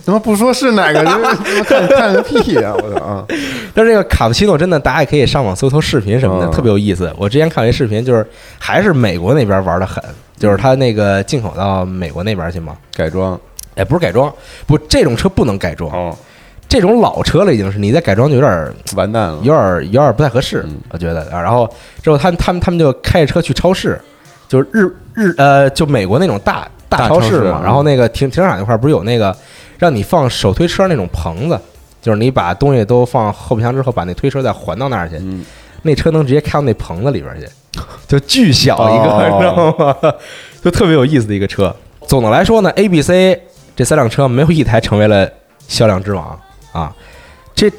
[SPEAKER 1] 怎么不说是哪个？就是 看看个屁呀！我操啊！
[SPEAKER 2] 但是这个卡布奇诺真的，大家也可以上网搜搜视频什么的，
[SPEAKER 1] 嗯
[SPEAKER 2] 特别有意思。我之前看过一视频，就是还是美国那边玩的狠，就是他那个进口到美国那边去嘛，
[SPEAKER 1] 改装
[SPEAKER 2] 哎，不是改装，不这种车不能改装，
[SPEAKER 1] 哦，
[SPEAKER 2] 这种老车了已经是你再改装就有点儿
[SPEAKER 1] 完蛋了
[SPEAKER 2] 有，点儿有点儿不太合适
[SPEAKER 1] 嗯，
[SPEAKER 2] 我觉得。啊然后之后他们他们他们就开着车去超市，就是日日呃，就美国那种大
[SPEAKER 1] 大
[SPEAKER 2] 超
[SPEAKER 1] 超市
[SPEAKER 2] 嘛。
[SPEAKER 1] 嗯
[SPEAKER 2] 然后那个停停车场那块儿不是有那个让你放手推车那种棚子，就是你把东西都放后备箱之后，把那推车再还到那儿去，
[SPEAKER 1] 嗯，
[SPEAKER 2] 那车能直接开到那棚子里边去， 就巨小一个，
[SPEAKER 1] 哦
[SPEAKER 2] 你知道吗？ 就特别有意思的一个车。总的来说呢，A、B、C 这三辆车没有一台成为了销量之王啊。这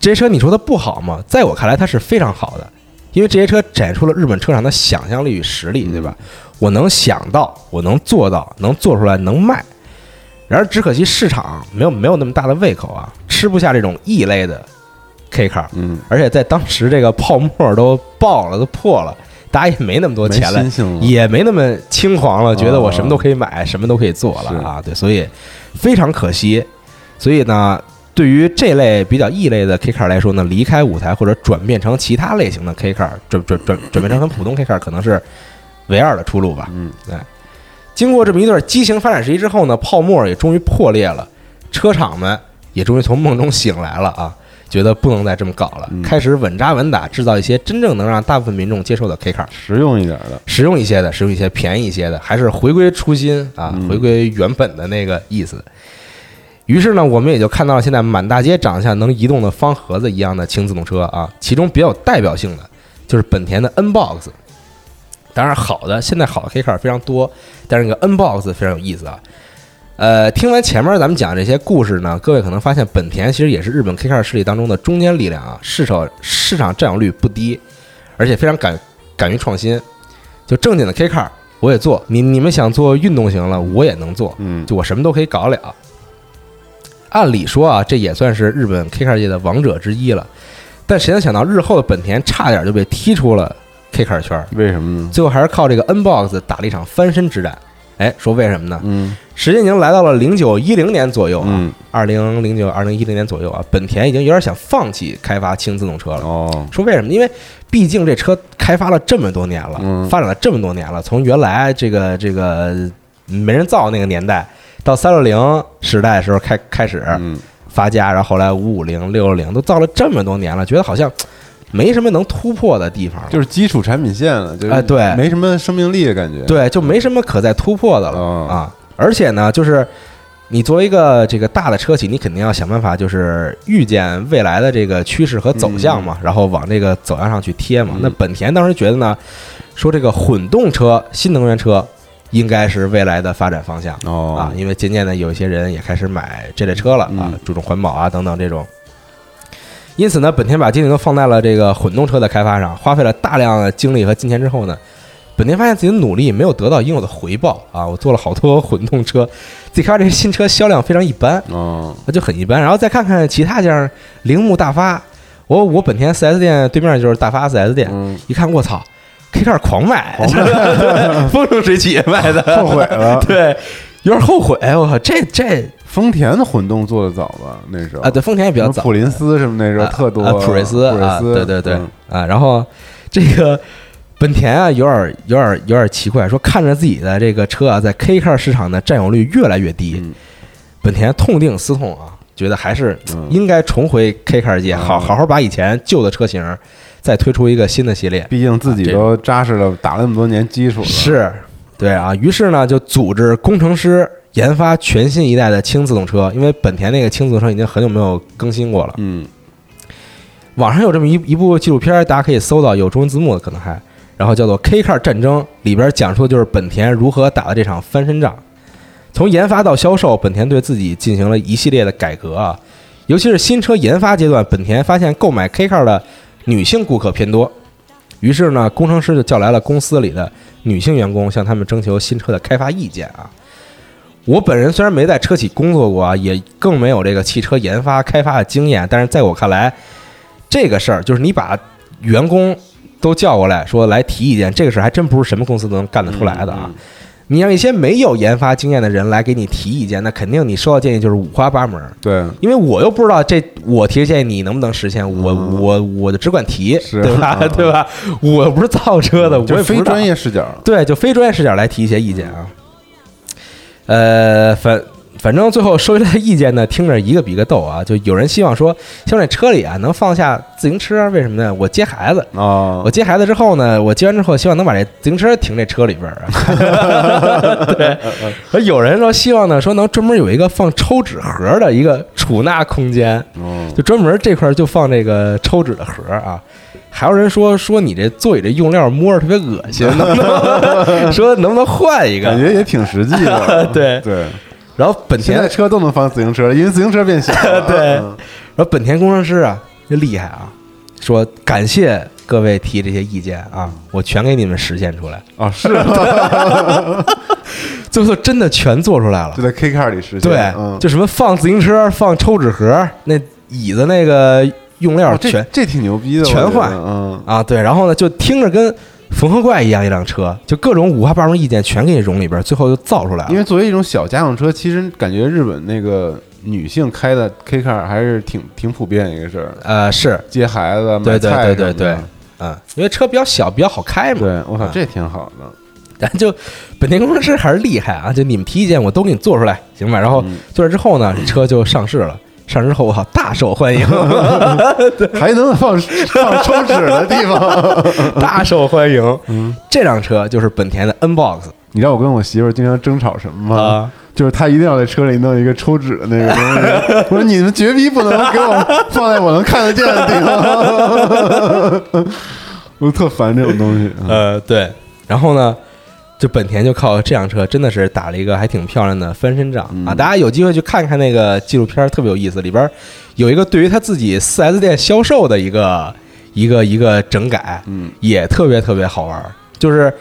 [SPEAKER 2] 这些车你说它不好吗？在我看来，它是非常好的，因为这些车展出了日本车厂的想象力与实力，对
[SPEAKER 1] 嗯
[SPEAKER 2] 吧？我能想到，我能做到，能做出来，能卖。然而，只可惜市场没有没有那么大的胃口啊，吃不下这种异类的 K car。
[SPEAKER 1] 嗯，
[SPEAKER 2] 而且在当时这个泡沫都爆了，都破了，大家也没那么多
[SPEAKER 1] 没
[SPEAKER 2] 钱了
[SPEAKER 1] 心，性了，
[SPEAKER 2] 也没那么轻狂了，觉得我
[SPEAKER 1] 啊
[SPEAKER 2] 什么都可以买，什么都可以做了啊。对，所以非常可惜。所以呢，对于这类比较异类的 K car 来说呢，离开舞台或者转变成其他类型的 K car，转转转转变成很普通 K car，可能是唯二的出路吧。
[SPEAKER 1] 嗯，
[SPEAKER 2] 经过这么一段畸形发展时期之后呢，泡沫也终于破裂了，车厂们也终于从梦中醒来了啊，觉得不能再这么搞了，
[SPEAKER 1] 嗯
[SPEAKER 2] 开始稳扎稳打，制造一些真正能让大部分民众接受的 K car，
[SPEAKER 1] 实用一点的，
[SPEAKER 2] 实用一些的，实用一些，便宜一些的，还是回归初心啊，
[SPEAKER 1] 嗯
[SPEAKER 2] 回归原本的那个意思。于是呢，我们也就看到了现在满大街长得像能移动的方盒子一样的轻自动车啊，其中比较有代表性的就是本田的 N Box。当然，好的，现在好的 K car 非常多，但是那个 N Box 非常有意思啊。呃，听完前面咱们讲这些故事呢，各位可能发现本田其实也是日本 K car 势力当中的中坚力量啊，市场市场占有率不低，而且非常敢敢于创新。就正经的 K car 我也做，你你们想做运动型了，我也能做，
[SPEAKER 1] 嗯，
[SPEAKER 2] 就我什么都可以搞了。按理说啊，这也算是日本 K car 界的王者之一了，但谁能想到日后的本田差点就被踢出了 K car 圈儿，
[SPEAKER 1] 为什么呢？
[SPEAKER 2] 最后还是靠这个 N box 打了一场翻身之战。哎，说为什么呢？
[SPEAKER 1] 嗯
[SPEAKER 2] 时间已经来到了零九一零年左右啊，
[SPEAKER 1] 嗯
[SPEAKER 2] 二零零九、二零一零年左右啊，本田已经有点想放弃开发轻自动车了。
[SPEAKER 1] 哦
[SPEAKER 2] 说为什么？因为毕竟这车开发了这么多年了，
[SPEAKER 1] 嗯
[SPEAKER 2] 发展了这么多年了，从原来这个这个没人造那个年代，到三六零时代的时候开开始
[SPEAKER 1] 嗯
[SPEAKER 2] 发家，然后后来五五零、六六零都造了这么多年了，觉得好像嘖没什么能突破的地方了，
[SPEAKER 1] 就是基础产品线了，就是
[SPEAKER 2] 哎对
[SPEAKER 1] 没什么生命力的感觉。，
[SPEAKER 2] 对，就没什么可再突破的了、
[SPEAKER 1] 哦
[SPEAKER 2] 啊。而且呢，就是你作为一个这个大的车企，你肯定要想办法，就是预见未来的这个趋势和走向嘛，然后往这个走向上去贴嘛。
[SPEAKER 1] 嗯
[SPEAKER 2] 那本田当时觉得呢，说这个混动车、新能源车应该是未来的发展方向。
[SPEAKER 1] 哦
[SPEAKER 2] 啊，因为渐渐的有一些人也开始买这类车了啊
[SPEAKER 1] 嗯，
[SPEAKER 2] 注重环保啊等等这种。因此呢，本田把精力都放在了这个混动车的开发上，花费了大量的精力和金钱之后呢，本田发现自己的努力没有得到应有的回报啊，我做了好多 混动车，自己开发这些新车销量非常一般，
[SPEAKER 1] 哦，
[SPEAKER 2] 那就很一般。然后再看看其他家，铃木大发，我我本田 4S 店对面就是大发 4S 店，
[SPEAKER 1] 嗯，
[SPEAKER 2] 一看我操，K 二狂卖，对 风生水起卖的，。
[SPEAKER 1] 后悔了
[SPEAKER 2] 对，有点后悔。哎我靠，这这
[SPEAKER 1] 丰田的混动做的早吧？那时候
[SPEAKER 2] 啊，对，丰田也比较
[SPEAKER 1] 什么
[SPEAKER 2] 早，
[SPEAKER 1] 普林斯什么那时候
[SPEAKER 2] 啊
[SPEAKER 1] 特多
[SPEAKER 2] 啊，普锐斯，
[SPEAKER 1] 普锐
[SPEAKER 2] 啊，
[SPEAKER 1] 斯，
[SPEAKER 2] 对对对
[SPEAKER 1] 嗯
[SPEAKER 2] 啊，然后这个本田啊，有点有点有点奇怪，说看着自己的这个车啊，在 K car 市场的占有率越来越低，
[SPEAKER 1] 嗯
[SPEAKER 2] 本田痛定思痛啊，觉得还是
[SPEAKER 1] 嗯
[SPEAKER 2] 应该重回 K car 界，
[SPEAKER 1] 嗯
[SPEAKER 2] 好好好把以前旧的车型再推出一个新的系列，
[SPEAKER 1] 毕竟自己都扎实了，打了那么多年基础了。
[SPEAKER 2] 啊是，对啊。于是呢，就组织工程师研发全新一代的轻自动车，因为本田那个轻自动车已经很久没有更新过了。
[SPEAKER 1] 嗯，
[SPEAKER 2] 网上有这么一一部纪录片，大家可以搜到，有中文字幕的可能还。然后叫做《K Car 战争》，里边讲述的就是本田如何打的这场翻身仗。从研发到销售，本田对自己进行了一系列的改革啊，尤其是新车研发阶段，本田发现购买 K Car 的女性顾客偏多，于是呢，工程师就叫来了公司里的女性员工，向他们征求新车的开发意见啊。我本人虽然没在车企工作过啊，也更没有这个汽车研发开发的经验，但是在我看来，这个事儿就是你把员工都叫过来说来提意见，这个事儿还真不是什么公司都能干得出来的啊。
[SPEAKER 1] 嗯
[SPEAKER 2] 你让一些没有研发经验的人来给你提意见，那肯定你收到建议就是五花八门儿。
[SPEAKER 1] 对，
[SPEAKER 2] 因为我又不知道这我提的建议你能不能实现，我、
[SPEAKER 1] 嗯
[SPEAKER 2] 我我就只管提，
[SPEAKER 1] 是
[SPEAKER 2] 对吧？
[SPEAKER 1] 嗯
[SPEAKER 2] 对吧？我不是造车的，我也
[SPEAKER 1] 就
[SPEAKER 2] 不
[SPEAKER 1] 是
[SPEAKER 2] 知
[SPEAKER 1] 非
[SPEAKER 2] 道
[SPEAKER 1] 专，业视角。
[SPEAKER 2] 对，就非专业视角来提一些意见啊。呃，反反正最后收集来的意见呢，听着一个比一个逗啊。就有人希望说，希望这车里啊能放下自行车，为什么呢？我接孩子，
[SPEAKER 1] 啊，
[SPEAKER 2] 我接孩子之后呢，我接完之后，希望能把这自行车停这车里边儿啊。 对，而有人说希望呢，说能专门有一个放抽纸盒的一个储纳空间，
[SPEAKER 1] 哦
[SPEAKER 2] 就专门这块儿就放这个抽纸的盒儿啊。还有人说说你这座椅这用料摸着特别恶心，能不能 说能不能换一
[SPEAKER 1] 感
[SPEAKER 2] 个？
[SPEAKER 1] 觉也挺实际的。
[SPEAKER 2] 对
[SPEAKER 1] 对，
[SPEAKER 2] 然后本
[SPEAKER 1] 现
[SPEAKER 2] 田，
[SPEAKER 1] 在
[SPEAKER 2] 然
[SPEAKER 1] 车都能放自行车了，因为自行车变小了。
[SPEAKER 2] 对
[SPEAKER 1] 嗯
[SPEAKER 2] 后本田工程师啊，这厉害啊，说感谢各位提这些意见啊，我全给你们实现出来。
[SPEAKER 1] 哦，是吗
[SPEAKER 2] 最后真的全做出来了
[SPEAKER 1] 就。在 K car 里实现。
[SPEAKER 2] 对，
[SPEAKER 1] 嗯，
[SPEAKER 2] 就什么放自行车、放抽纸盒，那椅子那个用料
[SPEAKER 1] 哦这
[SPEAKER 2] 全、
[SPEAKER 1] 这挺牛逼的，
[SPEAKER 2] 全
[SPEAKER 1] 我觉得
[SPEAKER 2] 换
[SPEAKER 1] 嗯，
[SPEAKER 2] 啊，对，然后呢就听着跟缝合怪一样，一辆车就各种五花八门意见全给你融里边，最后就造出来
[SPEAKER 1] 因
[SPEAKER 2] 了。
[SPEAKER 1] 为作为一种小家用车，其实感觉日本那个女性开的 K car 还是挺挺普遍一个事儿，
[SPEAKER 2] 呃，是，
[SPEAKER 1] 接孩子、
[SPEAKER 2] 对
[SPEAKER 1] 买
[SPEAKER 2] 对
[SPEAKER 1] 菜
[SPEAKER 2] 对对
[SPEAKER 1] 什么
[SPEAKER 2] 对
[SPEAKER 1] 的，
[SPEAKER 2] 嗯，因为车比较小，比较好开嘛。
[SPEAKER 1] 对，我操，
[SPEAKER 2] 嗯
[SPEAKER 1] 这挺好的。
[SPEAKER 2] 咱就本田工程师还是厉害啊，就你们提意见我都给你做出来，行吧？然后
[SPEAKER 1] 嗯
[SPEAKER 2] 做出来之后呢，车就上市了。上市之后，我靠，大受 欢迎，
[SPEAKER 1] 还能放 放抽纸的地 方。
[SPEAKER 2] 大受欢迎。
[SPEAKER 1] 嗯，
[SPEAKER 2] 这辆车就是本田的 N Box
[SPEAKER 1] 你知道我跟我媳妇儿经常争吵什么吗？
[SPEAKER 2] 啊
[SPEAKER 1] 就是她一定要在车里弄一个抽纸的那个东西。我说 你们绝逼不能给我放在我能看得见的地 方。我特烦这种东西。嗯
[SPEAKER 2] 呃，对。然后呢，就本田就靠这辆车真的是打了一个还挺漂亮的翻身仗啊！
[SPEAKER 1] 嗯
[SPEAKER 2] 大家有机会去看看那个纪录片儿，特别有意思，里边儿有一个对于他自 己 4S 店销售的一个一个一个整改，
[SPEAKER 1] 嗯，
[SPEAKER 2] 也特别特别好玩儿。就是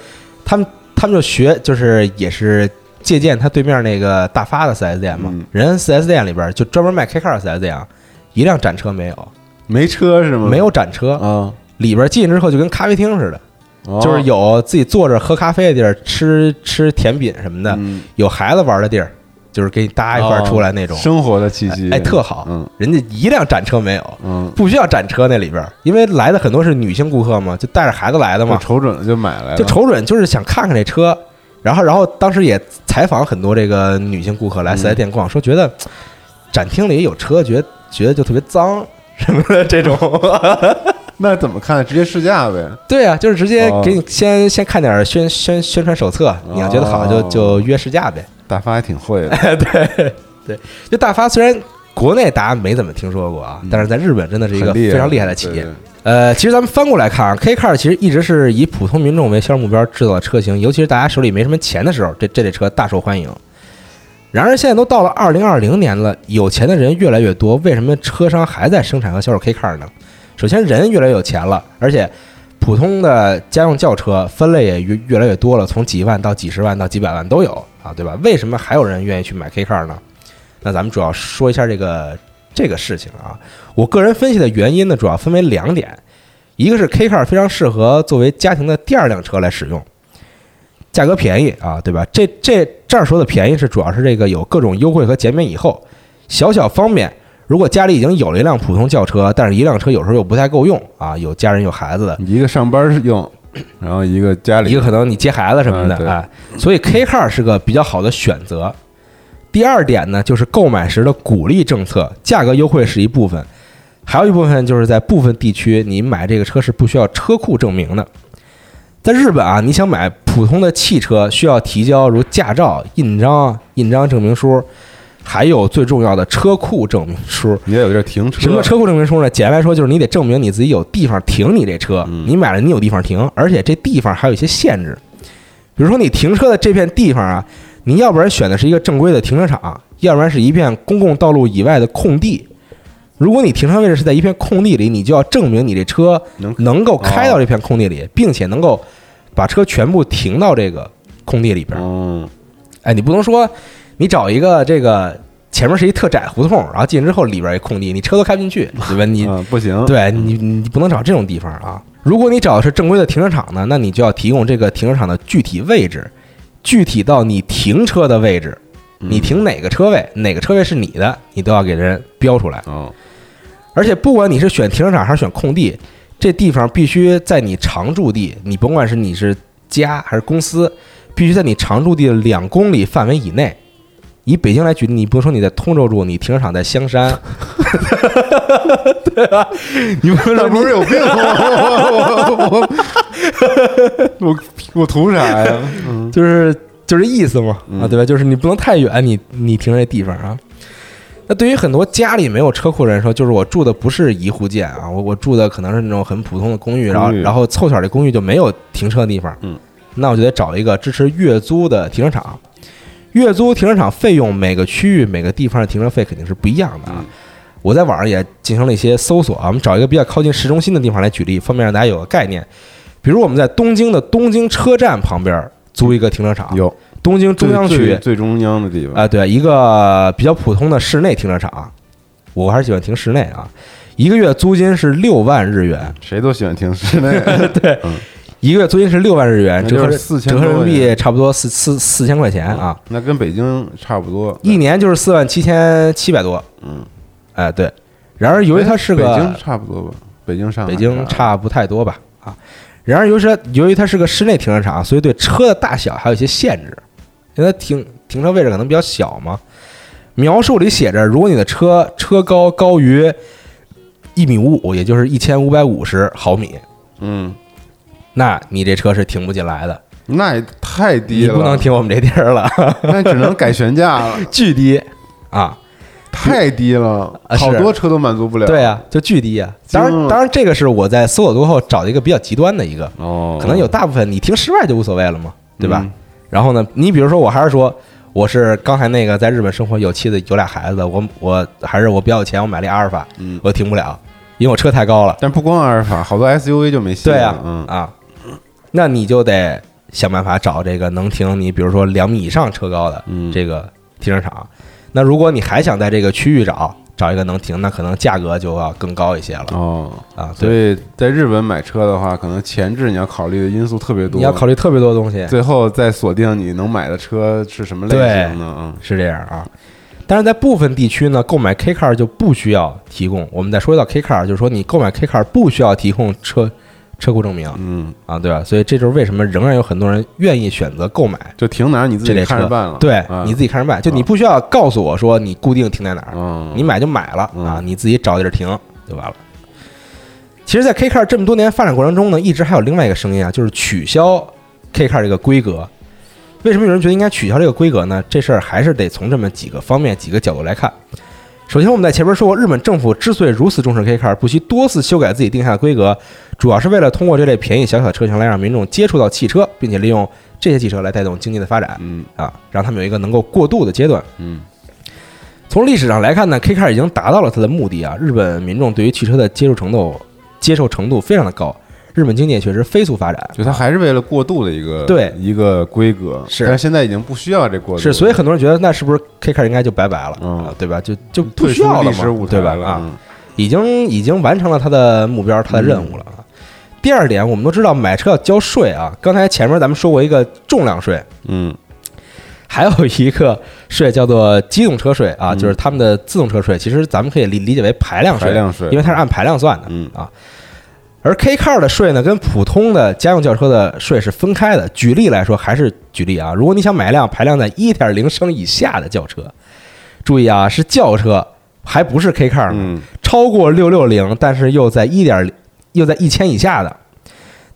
[SPEAKER 2] 他们他们就学，就是也是借鉴他对面那个大发的 4S 店嘛，
[SPEAKER 1] 嗯
[SPEAKER 2] 人家 4S 店里边儿就专门卖 K car 的 4S 店啊，一辆展车没有，
[SPEAKER 1] 没车是吗？
[SPEAKER 2] 没有展车，
[SPEAKER 1] 嗯啊，
[SPEAKER 2] 里边儿进去之后就跟咖啡厅似的。
[SPEAKER 1] 哦
[SPEAKER 2] 就是有自己坐着喝咖啡的地儿，吃吃甜品什么的，
[SPEAKER 1] 嗯
[SPEAKER 2] 有孩子玩的地儿，就是给大家一块儿出来那种，
[SPEAKER 1] 生活的气息，
[SPEAKER 2] 哎，特好。
[SPEAKER 1] 嗯
[SPEAKER 2] 人家一辆展车没有，
[SPEAKER 1] 嗯，
[SPEAKER 2] 不需要展车那里边儿，因为来的很多是女性顾客嘛，就带着孩子来的
[SPEAKER 1] 就
[SPEAKER 2] 嘛，
[SPEAKER 1] 瞅准了就买来了，
[SPEAKER 2] 就哎瞅准就是想看看这车。然后，然后当时也采访很多这个女性顾
[SPEAKER 1] 嗯
[SPEAKER 2] 客来四 S 店逛，说觉得展厅里有车，觉得觉得就特别脏什么的这种。
[SPEAKER 1] 那怎么看呢？直接试驾呗。
[SPEAKER 2] 对啊，就是直接
[SPEAKER 1] 哦
[SPEAKER 2] 给你先、先看点宣宣宣传手册，你要觉得好就
[SPEAKER 1] 哦
[SPEAKER 2] 就约试驾呗。
[SPEAKER 1] 大发还挺会
[SPEAKER 2] 哎
[SPEAKER 1] 的，
[SPEAKER 2] 就大发虽然国内大家没怎么听说过啊，但是在日本真的是一个
[SPEAKER 1] 嗯很害
[SPEAKER 2] 非常厉害的企业
[SPEAKER 1] 对。
[SPEAKER 2] 呃，其实咱们翻过来看啊，K Car 其实一直是以普通民众为销售目标制造的车型，尤其是大家手里没什么钱的时候，这这类车大受欢迎。然而现在都到了二零二零年了，有钱的人越来越多，为什么车商还在生产和销售 K Car 呢？首先人越来越有钱了，而且普通的家用轿车分类也越越来越多了，从几万到几十万到几百万都有啊，对吧？为什么还有人愿意去买 K Car 呢？那咱们主要说一下这个这个事情啊。我个人分析的原因呢，主要分为两点，一个是 K Car 非常适合作为家庭的第二辆车来使用，价格便宜啊，对吧？这这这儿说的便宜是主要是这个有各种优惠和减免以后，小小方便。如果家里已经有了一辆普通轿车，但是一辆车有时候又不太够用啊，有家人有孩子的，
[SPEAKER 1] 一个上班用，然后一个家里
[SPEAKER 2] 一个可能你接孩子什么
[SPEAKER 1] 嗯
[SPEAKER 2] 的
[SPEAKER 1] 对
[SPEAKER 2] 啊，所以 K car 是个比较好的选择。第二点呢，就是购买时的鼓励政策，价格优惠是一部分，还有一部分就是在部分地区，你买这个车是不需要车库证明的。在日本啊，你想买普通的汽车，需要提交如驾照、印章、印章证明书，还有最重要的车库证明书。
[SPEAKER 1] 也有地儿停车，
[SPEAKER 2] 什么叫车库证明书呢？简单来说，就是你得证明你自己有地方停你这车，
[SPEAKER 1] 嗯
[SPEAKER 2] 你买了你有地方停，而且这地方还有一些限制，比如说你停车的这片地方啊，你要不然选的是一个正规的停车场，要不然是一片公共道路以外的空地。如果你停车位置是在一片空地里，你就要证明你这车
[SPEAKER 1] 能哦
[SPEAKER 2] 能够开到这片空地里，并且能够把车全部停到这个空地里边。
[SPEAKER 1] 嗯，
[SPEAKER 2] 哎，你不能说你找一个这个前面是一特窄胡同，然后进去之后里边一空地，你车都开不进去，对吧？你
[SPEAKER 1] 啊不行，
[SPEAKER 2] 对你你不能找这种地方啊。如果你找的是正规的停车场呢，那你就要提供这个停车场的具体位置，具体到你停车的位置，
[SPEAKER 1] 嗯
[SPEAKER 2] 你停哪个车位，哪个车位是你的，你都要给人标出来。
[SPEAKER 1] 哦，
[SPEAKER 2] 而且不管你是选停车场还是选空地，这地方必须在你常住地，你甭管是你是家还是公司，必须在你常住地的两公里范围以内。以北京来举例，你不能说你在通州住，你停车场在香山，对吧？你不能
[SPEAKER 1] 那
[SPEAKER 2] 说你
[SPEAKER 1] 不是有病吗？我我 我我我图啥呀？嗯
[SPEAKER 2] 就是就是意思嘛，啊，
[SPEAKER 1] 嗯
[SPEAKER 2] 对吧？就是你不能太远，你你停这地方啊。那对于很多家里没有车库的人说，就是我住的不是一户建啊，我我住的可能是那种很普通的公寓，然后
[SPEAKER 1] 公寓
[SPEAKER 2] 然后凑巧这公寓就没有停车的地方，
[SPEAKER 1] 嗯，
[SPEAKER 2] 那我就得找一个支持月租的停车场。月租停车场费用每个区域每个地方的停车费肯定是不一样的啊
[SPEAKER 1] 嗯。
[SPEAKER 2] 我在网上也进行了一些搜索啊，我们找一个比较靠近市中心的地方来举例，方便让大家有个概念。比如我们在东京的东京车站旁边租一个停车场，
[SPEAKER 1] 有
[SPEAKER 2] 东京中央
[SPEAKER 1] 最
[SPEAKER 2] 区
[SPEAKER 1] 最最中央的地方
[SPEAKER 2] 啊，对，一个比较普通的室内停车场，我还是喜欢停室内啊。一个月租金是六万日元，
[SPEAKER 1] 谁都喜欢停室 内，
[SPEAKER 2] 一个月租金是六万日元，
[SPEAKER 1] 那
[SPEAKER 2] 折
[SPEAKER 1] 就
[SPEAKER 2] 合
[SPEAKER 1] 是4000
[SPEAKER 2] 折合人
[SPEAKER 1] 多
[SPEAKER 2] 民币差不多四四四千块钱啊，
[SPEAKER 1] 那跟北京差不多。
[SPEAKER 2] 一年就是四万七千七百多。
[SPEAKER 1] 嗯，
[SPEAKER 2] 哎，对。然而，由于它是
[SPEAKER 1] 哎北京
[SPEAKER 2] 个
[SPEAKER 1] 差不多吧，北京上海
[SPEAKER 2] 北京差不太多吧啊，然而由于是由于它是个室内停车场，所以对车的大小还有一些限制，因为它停停车位置可能比较小嘛。描述里写着，如果你的车车高高于一米五五，也就是一千五百五十毫米，
[SPEAKER 1] 嗯，
[SPEAKER 2] 那你这车是停不进来的，
[SPEAKER 1] 那也太低
[SPEAKER 2] 你
[SPEAKER 1] 了，
[SPEAKER 2] 不能，停我们这地 儿了，
[SPEAKER 1] 那只能改悬架 了，
[SPEAKER 2] 巨低啊！
[SPEAKER 1] 太低了，
[SPEAKER 2] 啊是
[SPEAKER 1] 好多车都满足不了。
[SPEAKER 2] 对啊，就巨低啊！当
[SPEAKER 1] 惊
[SPEAKER 2] 然，
[SPEAKER 1] 了
[SPEAKER 2] 当然，这个是我在搜索过后找的一个比较极端的一个，
[SPEAKER 1] 哦，
[SPEAKER 2] 可能有大部分你停室外就无所谓了嘛，对吧？
[SPEAKER 1] 嗯？
[SPEAKER 2] 然后呢，你比如说，我还是说，我是刚才那个在日本生活有妻子有俩孩子的，我我还是我比较有钱，我买了一阿尔法，
[SPEAKER 1] 嗯
[SPEAKER 2] 我停不了，因为我车太高了。
[SPEAKER 1] 但不光阿尔法，好多 SUV 就没戏了。
[SPEAKER 2] 对啊，
[SPEAKER 1] 嗯，
[SPEAKER 2] 啊，那你就得想办法找这个能停你，比如说两米以上车高的
[SPEAKER 1] 嗯
[SPEAKER 2] 这个停车场。那如果你还想在这个区域找找一个能停，那可能价格就要更高一些了
[SPEAKER 1] 哦，
[SPEAKER 2] 啊。
[SPEAKER 1] 所
[SPEAKER 2] 以
[SPEAKER 1] 以在日本买车的话，可能前置你要考虑的因素特别多，
[SPEAKER 2] 你要考虑特别多东西，
[SPEAKER 1] 最后再锁定你能买的车是什么类型的啊？
[SPEAKER 2] 是这样啊。但是在部分地区呢，购买 K car 就不需要提供。我们再说到 K car，就是说你购买 K car 不需要提供车车库证明
[SPEAKER 1] 嗯，
[SPEAKER 2] 啊，对吧？所以这就是为什么仍然有很多人愿意选择购买
[SPEAKER 1] 就停哪儿你自
[SPEAKER 2] 这
[SPEAKER 1] 己
[SPEAKER 2] 类车
[SPEAKER 1] 看着办了。
[SPEAKER 2] 对，
[SPEAKER 1] 啊
[SPEAKER 2] 你自己看着办，就你不需要告诉我说你固定停在哪儿，
[SPEAKER 1] 嗯，
[SPEAKER 2] 你买就买了
[SPEAKER 1] 嗯
[SPEAKER 2] 啊，你自己找地儿停就完了。其实，在 K car 这么多年发展过程中呢，一直还有另外一个声音啊，就是取消 K car 这个规格。为什么有人觉得应该取消这个规格呢？这事儿还是得从这么几个方面、几个角度来看。首先，我们在前面说过，日本政府之所以如此重视 K car，不惜多次修改自己定下的规格，主要是为了通过这类便宜小巧的车型来让民众接触到汽车，并且利用这些汽车来带动经济的发展。
[SPEAKER 1] 嗯
[SPEAKER 2] 啊，让他们有一个能够过渡的阶段。
[SPEAKER 1] 嗯
[SPEAKER 2] 从历史上来看呢，K car 已经达到了它的目的啊。日本民众对于汽车的接受程度接受程度非常的高，日本经济也确实飞速发展。
[SPEAKER 1] 就它还是为了过渡的一个
[SPEAKER 2] 对
[SPEAKER 1] 一个规格，
[SPEAKER 2] 是
[SPEAKER 1] 但是现在已经不需要这过渡了，
[SPEAKER 2] 是，所以很多人觉得那是不是 K car 应该就拜拜了，
[SPEAKER 1] 嗯
[SPEAKER 2] 啊对吧？就就不
[SPEAKER 1] 退
[SPEAKER 2] 需
[SPEAKER 1] 出
[SPEAKER 2] 要了
[SPEAKER 1] 历史舞
[SPEAKER 2] 嘛，
[SPEAKER 1] 台
[SPEAKER 2] 对吧？
[SPEAKER 1] 了
[SPEAKER 2] 啊，
[SPEAKER 1] 嗯
[SPEAKER 2] 已经已经完成了他的目标，他的任务了
[SPEAKER 1] 嗯
[SPEAKER 2] 啊。第二点，我们都知道买车要交税啊。刚才前面咱们说过一个重量税，
[SPEAKER 1] 嗯
[SPEAKER 2] 还有一个税叫做机动车税啊，
[SPEAKER 1] 嗯
[SPEAKER 2] 就是他们的自动车税，其实咱们可以理理解为排量税，
[SPEAKER 1] 排量税
[SPEAKER 2] 啊因为它是按排量算的。啊
[SPEAKER 1] 嗯
[SPEAKER 2] 而 K car 的税呢，跟普通的家用轿车的税是分开的。举例来说，还是举例啊，如果你想买一辆排量在一点零升以下的轿车，注意啊，是轿车，还不是 K car 呢，
[SPEAKER 1] 嗯
[SPEAKER 2] 超过六六零，但是又在一点又在一千以下的，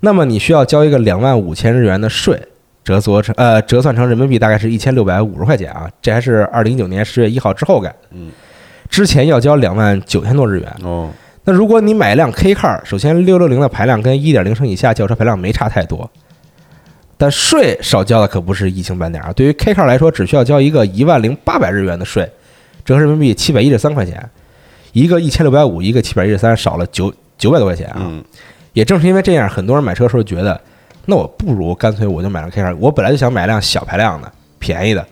[SPEAKER 2] 那么你需要交一个两万五千日元的税，折作成呃折算成人民币大概是一千六百五十块钱啊，这还是二零一九年十月一号之后改的，
[SPEAKER 1] 嗯，
[SPEAKER 2] 之前要交两万九千多日元。
[SPEAKER 1] 哦
[SPEAKER 2] 那如果你买一辆 K car，首先六六零的排量跟一点零升以下轿车排量没差太多，但税少交的可不是一星半点啊。对于 K car 来说，只需要交一个一万零八百日元的税，折合人民币七百一十三块钱，一个一千六百五，一个七百一十三，少了九九百多块钱啊。
[SPEAKER 1] 嗯
[SPEAKER 2] 也正是因为这样，很多人买车的时候觉得，那我不如干脆我就买辆 K car，我本来就想买辆小排量的、便宜的，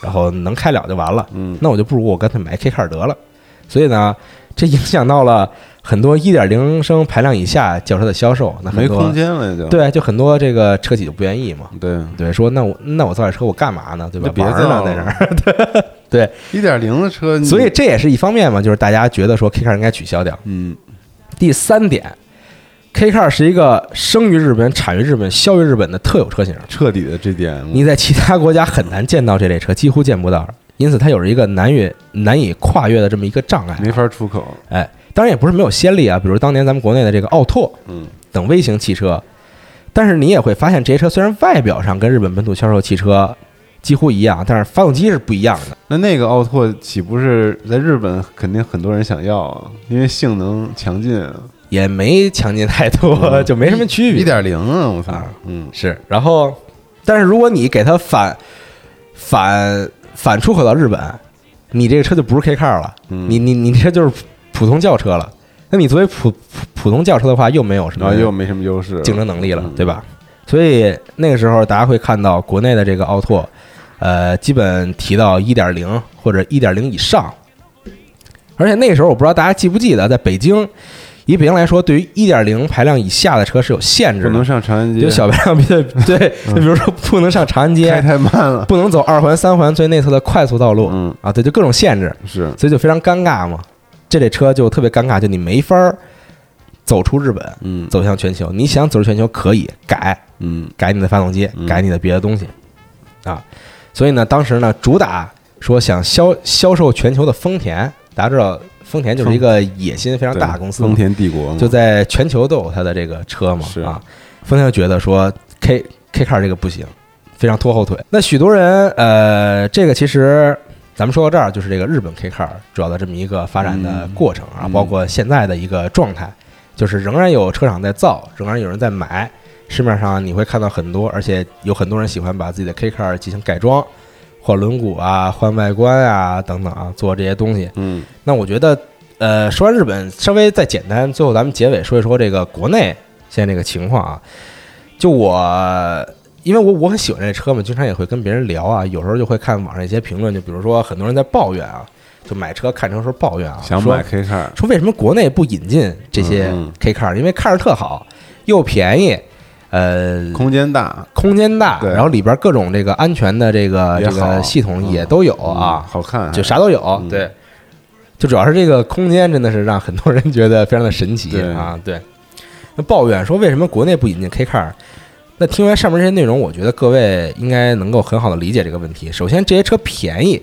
[SPEAKER 2] 然后能开了就完了。
[SPEAKER 1] 嗯
[SPEAKER 2] 那我就不如我干脆买 K car 得了。所以呢，这影响到了很多一点零升排量以下轿车的销售，那很
[SPEAKER 1] 没
[SPEAKER 2] 多
[SPEAKER 1] 空间了就
[SPEAKER 2] 对，就很多这个车企就不愿意嘛。
[SPEAKER 1] 对。
[SPEAKER 2] 对，说那我那我造点车我干嘛呢？对吧
[SPEAKER 1] 那？别
[SPEAKER 2] 玩儿呢
[SPEAKER 1] 造
[SPEAKER 2] 在这
[SPEAKER 1] 了
[SPEAKER 2] 儿，对
[SPEAKER 1] 一点零的车，你
[SPEAKER 2] 对， 所以这也是一方面嘛，就是大家觉得说 K car 应该取消掉。
[SPEAKER 1] 嗯
[SPEAKER 2] 第三点，K car 是一个生于日本、产于日本、销于日本的特有车型，
[SPEAKER 1] 彻底的这点，
[SPEAKER 2] 你在其他国家很难见到这类车，几乎见不到，因此它有着一个难越难以跨越的这么一个障碍。
[SPEAKER 1] 没法出口。
[SPEAKER 2] 哎，当然也不是没有先例啊，比如当年咱们国内的这个奥拓
[SPEAKER 1] 嗯
[SPEAKER 2] 等微型汽车，但是你也会发现，这些车虽然外表上跟日本本土销售汽车几乎一样，但是发动机是不一样的。
[SPEAKER 1] 那那个奥拓岂不是在日本肯定很多人想要啊？因为性能强劲啊，
[SPEAKER 2] 也没强劲太多，
[SPEAKER 1] 嗯
[SPEAKER 2] 就没什么区别。
[SPEAKER 1] 一点零啊，我操
[SPEAKER 2] 啊，
[SPEAKER 1] 嗯
[SPEAKER 2] 是，然后，但是如果你给它反反反出口到日本，你这个车就不是 K car 了，
[SPEAKER 1] 嗯，
[SPEAKER 2] 你你你这就是普通轿车了。那你作为普普普通轿车的话，又没有什
[SPEAKER 1] 然
[SPEAKER 2] 么
[SPEAKER 1] 后啊又没什么优势，
[SPEAKER 2] 竞争能力了
[SPEAKER 1] 嗯，
[SPEAKER 2] 对吧？所以那个时候大家会看到国内的这个奥拓，呃，基本提到一点零或者一点零以上。而且那个时候我不知道大家记不记得，在北京，以北京来说，对于一点零排量以下的车是有限
[SPEAKER 1] 不
[SPEAKER 2] 制
[SPEAKER 1] 能
[SPEAKER 2] 的，
[SPEAKER 1] 上长安街，
[SPEAKER 2] 有小排量比对对，就 比如说不能上长安
[SPEAKER 1] 嗯开
[SPEAKER 2] 街，
[SPEAKER 1] 太慢了。
[SPEAKER 2] 不能走二环、三环最内侧的快速道路
[SPEAKER 1] 嗯，
[SPEAKER 2] 啊，对，就各种限制，
[SPEAKER 1] 是
[SPEAKER 2] 所以就非常尴尬嘛。这类车就特别尴尬，就你没法儿走出日本，
[SPEAKER 1] 嗯
[SPEAKER 2] 走向全球。你想走出全球可以改，
[SPEAKER 1] 嗯
[SPEAKER 2] 改你的发动机，
[SPEAKER 1] 嗯
[SPEAKER 2] 改你的别的东西啊。所以呢，当时呢，主打说想销销售全球的丰田，大家知道丰田就是一个野心非常大的公司嘛，
[SPEAKER 1] 丰田帝国嘛，
[SPEAKER 2] 就在全球都有它的这个车嘛
[SPEAKER 1] 是
[SPEAKER 2] 啊。丰田就觉得说 K K car 这个不行，非常拖后腿。那许多人呃，这个其实。咱们说到这儿，就是这个日本 K car 主要的这么一个发展的
[SPEAKER 1] 嗯
[SPEAKER 2] 过程啊，
[SPEAKER 1] 嗯
[SPEAKER 2] 包括现在的一个状态，就是仍然有车厂在造，仍然有人在买，市面上你会看到很多，而且有很多人喜欢把自己的 K car 进行改装，换轮毂啊、换外观啊等等啊，做这些东西。
[SPEAKER 1] 嗯
[SPEAKER 2] 那我觉得，呃，说完日本，稍微再简单，最后咱们结尾说一说这个国内现在这个情况啊。就我，因为我我很喜欢这车嘛，经常也会跟别人聊啊，有时候就会看网上一些评论，就比如说很多人在抱怨啊，就买车看车的时候抱怨啊，
[SPEAKER 1] 想
[SPEAKER 2] 说
[SPEAKER 1] 买 K car，
[SPEAKER 2] 说为什么国内不引进这些
[SPEAKER 1] 嗯嗯
[SPEAKER 2] K car？、因为 car 特好，又便宜，呃，
[SPEAKER 1] 空间大，
[SPEAKER 2] 空间大，
[SPEAKER 1] 对
[SPEAKER 2] 然后里边各种这个安全的这个
[SPEAKER 1] 也
[SPEAKER 2] 这
[SPEAKER 1] 好
[SPEAKER 2] 个系统也都有啊
[SPEAKER 1] 嗯，好看，
[SPEAKER 2] 就啥都有。
[SPEAKER 1] 嗯
[SPEAKER 2] 对，就主要是这个空间真的是让很多人觉得非常的神奇
[SPEAKER 1] 对
[SPEAKER 2] 啊。对，那抱怨说为什么国内不引进 K car？那听完上面这些内容，我觉得各位应该能够很好的理解这个问题。首先，这些车便宜，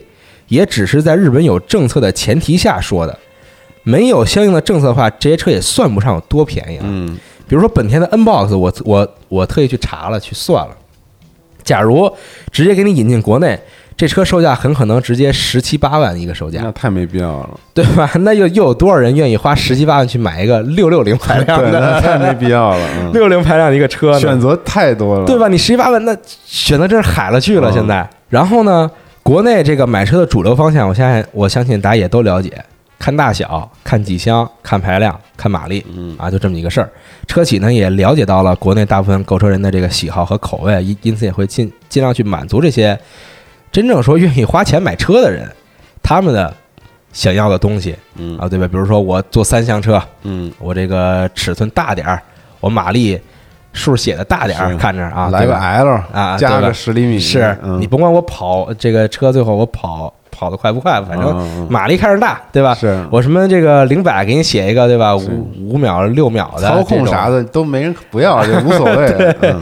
[SPEAKER 2] 也只是在日本有政策的前提下说的，没有相应的政策的话，这些车也算不上有多便宜啊。
[SPEAKER 1] 嗯
[SPEAKER 2] 比如说本田的 N Box，我我我特意去查了，去算了。假如直接给你引进国内，这车售价很可能直接十七八万一个售价
[SPEAKER 1] 那，太没必要了，
[SPEAKER 2] 对吧？ 那又又有多少人愿意花十七八万去买一个六六零排量
[SPEAKER 1] 对，那太
[SPEAKER 2] 的
[SPEAKER 1] 没必要了，嗯
[SPEAKER 2] 六六零排量的一个车呢
[SPEAKER 1] 选？择太多了，
[SPEAKER 2] 对？吧？你十七八万，那选择真是海了去了。
[SPEAKER 1] 嗯
[SPEAKER 2] 现在，然后呢，国内这个买车的主流方向，我相信我相信大家也都了解，看大小、看几厢、看排量、看马力，
[SPEAKER 1] 嗯
[SPEAKER 2] 啊，就这么一个事儿。车企呢也了解到了国内大部分购车人的这个喜好和口味，因因此也会尽尽量去满足这些真正说愿意花钱买车的人他们的想要的东西
[SPEAKER 1] 嗯
[SPEAKER 2] 啊，对吧？比如说我坐三厢车，
[SPEAKER 1] 嗯，
[SPEAKER 2] 我这个尺寸大点儿，我马力数写的大点儿，
[SPEAKER 1] 是
[SPEAKER 2] 看着啊，
[SPEAKER 1] 来
[SPEAKER 2] 对
[SPEAKER 1] 个
[SPEAKER 2] 吧
[SPEAKER 1] L
[SPEAKER 2] 啊
[SPEAKER 1] 加
[SPEAKER 2] 对吧
[SPEAKER 1] 个十厘米，
[SPEAKER 2] 是
[SPEAKER 1] 嗯
[SPEAKER 2] 你甭管我跑这个车，最后我跑跑得快不快，反正
[SPEAKER 1] 嗯嗯
[SPEAKER 2] 马力看着大，对吧？
[SPEAKER 1] 是
[SPEAKER 2] 我什么这个零百给你写一个，对吧？
[SPEAKER 1] 是
[SPEAKER 2] 五五秒、六秒的
[SPEAKER 1] 操控
[SPEAKER 2] 这种
[SPEAKER 1] 啥的都没人不 要，就无所谓了，嗯